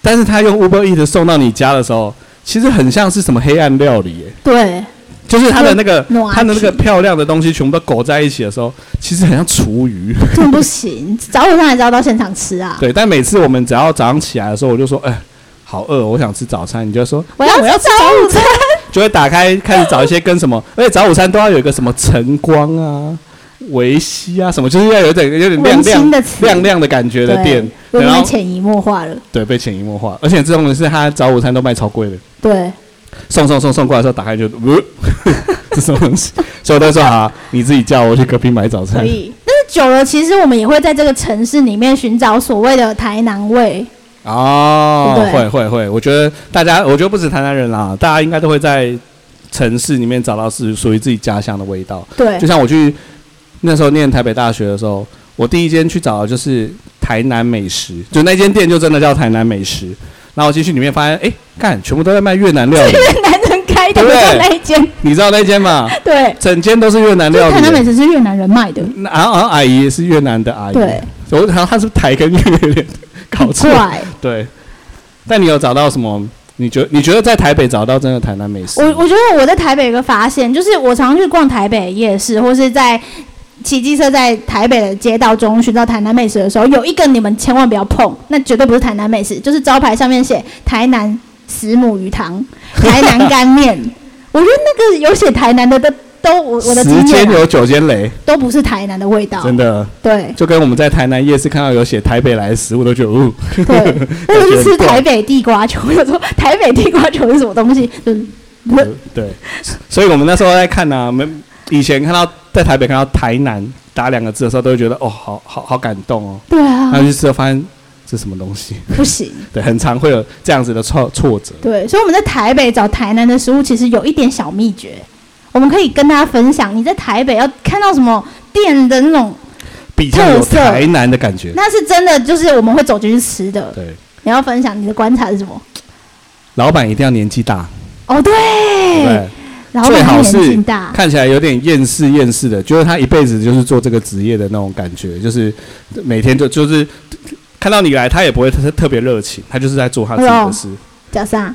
[SPEAKER 1] 但是他用 Uber Eats 送到你家的时候，其实很像是什么黑暗料理耶、
[SPEAKER 4] 对，
[SPEAKER 1] 就是它的那个
[SPEAKER 4] 暖
[SPEAKER 1] 它的那个
[SPEAKER 4] 气
[SPEAKER 1] 漂亮的东西全部都裹在一起的时候，其实很像厨余。 (laughs)
[SPEAKER 4] 真的不行，早午餐还是要到现场吃啊。
[SPEAKER 1] 对，但每次我们只要早上起来的时候，我就说，哎、好饿，我想吃早餐。你就说，
[SPEAKER 4] 我要我要早
[SPEAKER 1] (laughs)
[SPEAKER 4] 午餐，
[SPEAKER 1] 就会打开开始找一些跟什么，而且早午餐都要有一个什么晨光啊、维西啊什么，就是要有点有点亮
[SPEAKER 4] 文青
[SPEAKER 1] 亮
[SPEAKER 4] 的词，
[SPEAKER 1] 亮亮的感觉的店
[SPEAKER 4] 对，，我
[SPEAKER 1] 然
[SPEAKER 4] 们
[SPEAKER 1] 后
[SPEAKER 4] 潜移默化了。
[SPEAKER 1] 对，被潜移默化。而且这种是他早午餐都卖超贵的，
[SPEAKER 4] 对，
[SPEAKER 1] 送送送送过来的时候打
[SPEAKER 4] (laughs)
[SPEAKER 1] 开就，呃、这什么东西？所以我都说啊，你自己叫我去隔壁买早
[SPEAKER 4] 所
[SPEAKER 1] 餐。
[SPEAKER 4] 以但是久了，其实我们也会在这个城市里面寻找所谓的台南味。
[SPEAKER 1] 哦，
[SPEAKER 4] 对
[SPEAKER 1] 会会会，我觉得大家，我觉得不止台南人啦，大家应该都会在城市里面找到是属于自己家乡的味道。
[SPEAKER 4] 对
[SPEAKER 1] 就，像我去那时候念台北大学的时候，我第一间去找的就是台南美食，就那间店就真的叫台南美食。然后我进去里面发现，哎，干，全部都在卖越南料理，
[SPEAKER 4] 越南人开的，
[SPEAKER 1] 对
[SPEAKER 4] 就那一间，
[SPEAKER 1] 你知道那间
[SPEAKER 4] (laughs)
[SPEAKER 1] 吗？
[SPEAKER 4] 对，
[SPEAKER 1] 整间都是越南
[SPEAKER 4] 就
[SPEAKER 1] 料
[SPEAKER 4] 台南美
[SPEAKER 1] 理。嗯
[SPEAKER 4] 食是越南人卖的，
[SPEAKER 1] 那然后然后阿姨是越南的阿姨，
[SPEAKER 4] 对，
[SPEAKER 1] 我好像她是不是台跟越有点搞错，
[SPEAKER 4] 怪。
[SPEAKER 1] 对。但你有找到什么？你觉你觉得在台北找到真的台南美食？
[SPEAKER 4] 我我觉得我在台北有个发现，就是我常去逛台北夜市，或是在骑机车在台北的街道中寻找台南美食的时候，有一个你们千万不要碰，那绝对不是台南美食，就是招牌上面写台南石母
[SPEAKER 1] (laughs)
[SPEAKER 4] 鱼汤、台南干面。我觉得那个有写台南的都都我我的
[SPEAKER 1] 十
[SPEAKER 4] 经验
[SPEAKER 1] 间
[SPEAKER 4] 啊、
[SPEAKER 1] 有九间雷，
[SPEAKER 4] 都不是台南的味道，
[SPEAKER 1] 真的
[SPEAKER 4] 对
[SPEAKER 1] 就跟我们在台南夜市看到有写台北来的食物，都觉得哦， (laughs)
[SPEAKER 4] 对。那我去
[SPEAKER 1] 有点
[SPEAKER 4] 吃
[SPEAKER 1] 怪
[SPEAKER 4] 台北地瓜球，我说台北地瓜球是什么东西？嗯就是
[SPEAKER 1] 呃 (laughs) 对，所以我们那时候在看呢、我们以前看到在台北看到台南打两个字的时候，都会觉得哦，好好好感动哦。
[SPEAKER 4] 对
[SPEAKER 1] 然后
[SPEAKER 4] 啊，
[SPEAKER 1] 去吃了发现这什么东西，
[SPEAKER 4] 不行。
[SPEAKER 1] 对，很常会有这样子的挫挫折。
[SPEAKER 4] 对，所以我们在台北找台南的食物，其实有一点小秘诀，我们可以跟大家分享。你在台北要看到什么店的那种，
[SPEAKER 1] 比较有
[SPEAKER 4] 特色
[SPEAKER 1] 台南的感觉。
[SPEAKER 4] 那是真的，就是我们会走进去吃的。
[SPEAKER 1] 对，
[SPEAKER 4] 你要分享你的观察是什么？
[SPEAKER 1] 老板一定要年纪大，
[SPEAKER 4] 哦，
[SPEAKER 1] 对不
[SPEAKER 4] 对，
[SPEAKER 1] 对，
[SPEAKER 4] 然后
[SPEAKER 1] 最好
[SPEAKER 4] 年
[SPEAKER 1] 是
[SPEAKER 4] 纪大，
[SPEAKER 1] 看起来有点厌世厌世的，就是他一辈子就是做这个职业的那种感觉，就是每天就就是看到你来，他也不会特特别热情，他就是在做他自己
[SPEAKER 4] 哎
[SPEAKER 1] 的
[SPEAKER 4] 呦
[SPEAKER 1] 事。
[SPEAKER 4] 加上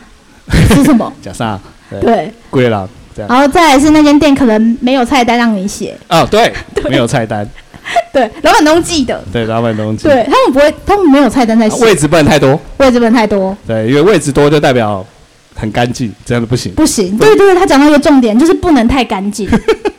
[SPEAKER 4] 吃什
[SPEAKER 1] (laughs)
[SPEAKER 4] 么？
[SPEAKER 1] 假上
[SPEAKER 4] 对，
[SPEAKER 1] 贵了。这样。
[SPEAKER 4] 然后再来是那间店可能没有菜单让你写，
[SPEAKER 1] 哦，
[SPEAKER 4] (laughs)
[SPEAKER 1] 对，没有菜单，
[SPEAKER 4] 对，老板都记得，
[SPEAKER 1] 对，老板东西，
[SPEAKER 4] 对他们不会，他们没有菜单在
[SPEAKER 1] 啊
[SPEAKER 4] 写，
[SPEAKER 1] 位置不能太多，
[SPEAKER 4] 位置不能太多，
[SPEAKER 1] 对，因为位置多就代表很干净，这样的不行。
[SPEAKER 4] 不行，
[SPEAKER 1] 对
[SPEAKER 4] 对对，对他讲到一个重点，
[SPEAKER 1] (laughs)
[SPEAKER 4] 就是不能太干净。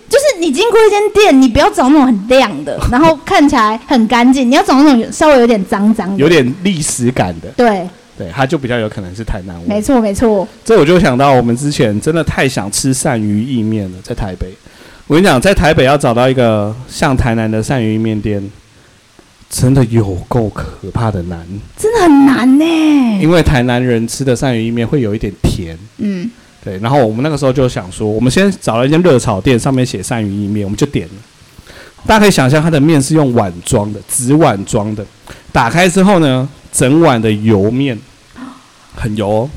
[SPEAKER 4] 就是你经过一间店，你不要找那种很亮的，然后看起来很干净，你要找那种有稍微有点脏脏
[SPEAKER 1] 有
[SPEAKER 4] 的。
[SPEAKER 1] 点历史感的，
[SPEAKER 4] 对，
[SPEAKER 1] 对，它就比较有可能是台南味。
[SPEAKER 4] 没错没错，
[SPEAKER 1] 这我就想到我们之前真的太想吃鳝鱼意面了，在台北。我跟你讲，在台北要找到一个像台南的鳝鱼意面店，真的有够可怕的难，
[SPEAKER 4] 真的很难呢、
[SPEAKER 1] 因为台南人吃的鳝鱼意面会有一点甜。
[SPEAKER 4] 嗯，
[SPEAKER 1] 对，然后我们那个时候就想说，我们先找了一间热炒店，上面写鳝鱼意面，我们就点了。大家可以想象，它的面是用碗装的，纸碗装的。打开之后呢，整碗的油面，很油、哦。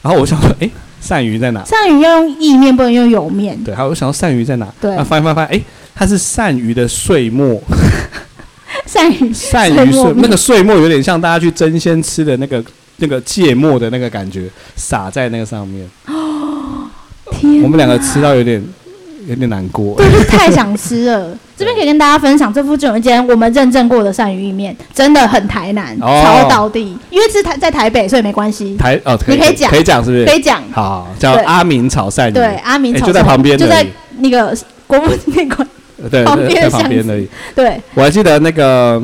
[SPEAKER 1] 然后我想说，诶，鳝鱼在哪？
[SPEAKER 4] 鳝鱼要用意面，不能用油面。
[SPEAKER 1] 对，还有我想到鳝鱼在哪？
[SPEAKER 4] 对
[SPEAKER 1] 啊，翻一翻翻，诶，它是鳝鱼的碎末，
[SPEAKER 4] 鳝
[SPEAKER 1] 鳝
[SPEAKER 4] 鱼碎
[SPEAKER 1] 鱼
[SPEAKER 4] 末
[SPEAKER 1] 碎
[SPEAKER 4] 面
[SPEAKER 1] 那个碎末有点像大家去争先吃的那个那个芥末的那个感觉，撒在那个上面。
[SPEAKER 4] 天，
[SPEAKER 1] 我们两个吃到有点有点难过。
[SPEAKER 4] 对，就是太想吃了。这边可以跟大家分享，这附近有一间我们认证过的鳝鱼意面，真的很台南，
[SPEAKER 1] 哦
[SPEAKER 4] 超到地。因为是台在台北，所以没关系，
[SPEAKER 1] 台哦，
[SPEAKER 4] 你可以讲
[SPEAKER 1] 可以讲是不是？
[SPEAKER 4] 可以讲。
[SPEAKER 1] 好，好叫
[SPEAKER 4] 对
[SPEAKER 1] 阿明炒鳝鱼，
[SPEAKER 4] 对，阿明
[SPEAKER 1] 哎
[SPEAKER 4] 炒
[SPEAKER 1] 就在
[SPEAKER 4] 菜
[SPEAKER 1] 旁边
[SPEAKER 4] 就
[SPEAKER 1] 而
[SPEAKER 4] 在
[SPEAKER 1] 已
[SPEAKER 4] 那个国父纪念馆。
[SPEAKER 1] 呃对，
[SPEAKER 4] 旁边
[SPEAKER 1] 在
[SPEAKER 4] 的
[SPEAKER 1] 在旁边而已。
[SPEAKER 4] 对，
[SPEAKER 1] 我还记得那个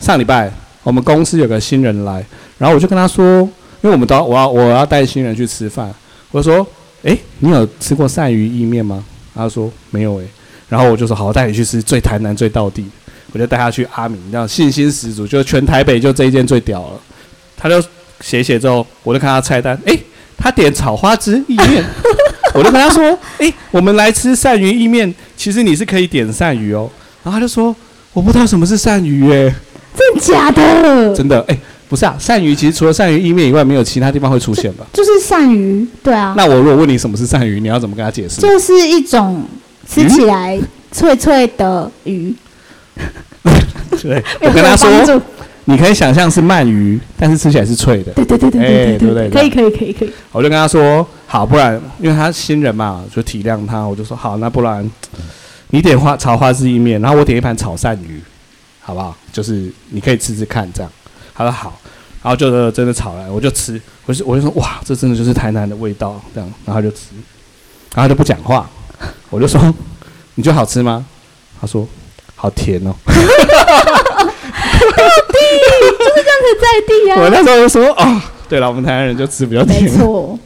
[SPEAKER 1] 上礼拜我们公司有个新人来，然后我就跟他说，因为我们都要我要我要带新人去吃饭，我就说，哎，你有吃过鳝鱼意面吗？他说没有哎，然后我就说好，我带你去吃最台南最道地的，我就带他去阿明，这样信心十足，就全台北就这一间最屌了。他就写一写之后，我就看他菜单，诶，他点炒花枝意面，我就跟他
[SPEAKER 4] (laughs)
[SPEAKER 1] 说，诶，我们来吃鳝鱼意面，其实你是可以点鳝鱼哦。然后他就说，我不知道什么是鳝鱼耶、
[SPEAKER 4] 真的假的？
[SPEAKER 1] 真的，诶，不是啊，鳝鱼其实除了鳝鱼意面以外，没有其他地方会出现
[SPEAKER 4] (laughs)
[SPEAKER 1] 吧？
[SPEAKER 4] 就是鳝鱼，对啊，
[SPEAKER 1] 那我如果问你什么是鳝鱼，你要怎么跟他解释？
[SPEAKER 4] 就是一种吃
[SPEAKER 1] 鱼
[SPEAKER 4] 起来脆脆的鱼。
[SPEAKER 1] (laughs) 对，我跟他
[SPEAKER 4] 没有帮
[SPEAKER 1] 说，
[SPEAKER 4] 助
[SPEAKER 1] 你可以想象是鳗鱼，但是吃起来是脆的。
[SPEAKER 4] 对对对对
[SPEAKER 1] 哎
[SPEAKER 4] 对
[SPEAKER 1] 对不对
[SPEAKER 4] 对，可以可以可以可以，
[SPEAKER 1] 我就跟他说，好，不然因为他新人嘛，我就体谅他，我就说好，那不然你点花炒花枝意面，然后我点一盘炒鳝鱼，好不好？就是你可以吃吃看这样。他说好，然后就真的炒来，我就吃，我就我就说哇，这真的就是台南的味道这样，然后他就吃，然后他就不讲话，我就说你觉得好吃吗？他说好甜哦，
[SPEAKER 4] 在地
[SPEAKER 1] 我
[SPEAKER 4] 啊，
[SPEAKER 1] 那时候就说哦，对了，我们台南人就吃比较
[SPEAKER 4] 没
[SPEAKER 1] 甜， (laughs)
[SPEAKER 4] 错，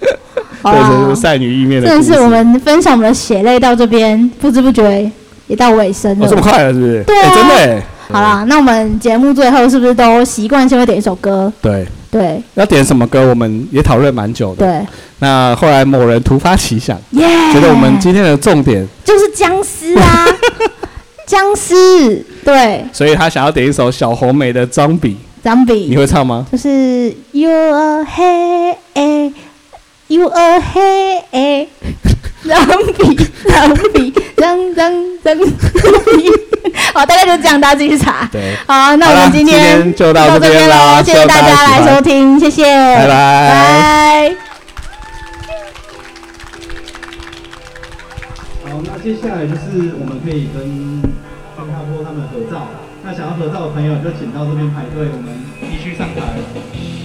[SPEAKER 4] 好
[SPEAKER 1] 对，这就
[SPEAKER 4] 啦
[SPEAKER 1] 是，鳝鱼意面
[SPEAKER 4] 啊真
[SPEAKER 1] 的故事。
[SPEAKER 4] 的是我们分享我们的血泪到这边，不知不觉也到尾声
[SPEAKER 1] 哦这么
[SPEAKER 4] 了。
[SPEAKER 1] 快了是不是？
[SPEAKER 4] 对啊
[SPEAKER 1] 哎真的哎、
[SPEAKER 4] 好啦，那我们节目最后是不是都习惯性会点一首歌？
[SPEAKER 1] 对，
[SPEAKER 4] 对
[SPEAKER 1] 要点什么歌，我们也讨论蛮久的。
[SPEAKER 4] 对，
[SPEAKER 1] 那后来某人突发奇想，
[SPEAKER 4] 耶！
[SPEAKER 1] 觉得我们今天的重点，
[SPEAKER 4] 就是僵尸
[SPEAKER 1] (laughs)
[SPEAKER 4] 啊，僵尸，对
[SPEAKER 1] 所以他想要点一首小红梅的《装笔》，你
[SPEAKER 4] ，zombie，
[SPEAKER 1] 会唱吗？
[SPEAKER 4] 就是 you a hey you a hey (laughs) zombie zombie zombie zombie，好， (laughs) 大概就这样，大家自己去查。
[SPEAKER 1] 对，
[SPEAKER 4] 好，那
[SPEAKER 1] 好
[SPEAKER 4] 我
[SPEAKER 1] 啦
[SPEAKER 4] 们今
[SPEAKER 1] 今
[SPEAKER 4] 天
[SPEAKER 1] 天就到这
[SPEAKER 4] 这
[SPEAKER 1] 边啦
[SPEAKER 4] 喽，谢谢大
[SPEAKER 1] 希望大家
[SPEAKER 4] 家
[SPEAKER 1] 喜
[SPEAKER 4] 来
[SPEAKER 1] 欢
[SPEAKER 4] 收听，谢谢，
[SPEAKER 1] 拜拜
[SPEAKER 4] 拜。
[SPEAKER 5] 好，那接下来就是我们可以跟方大波他们合照。那想要合照的朋友就请到这边排队，我们一区上台。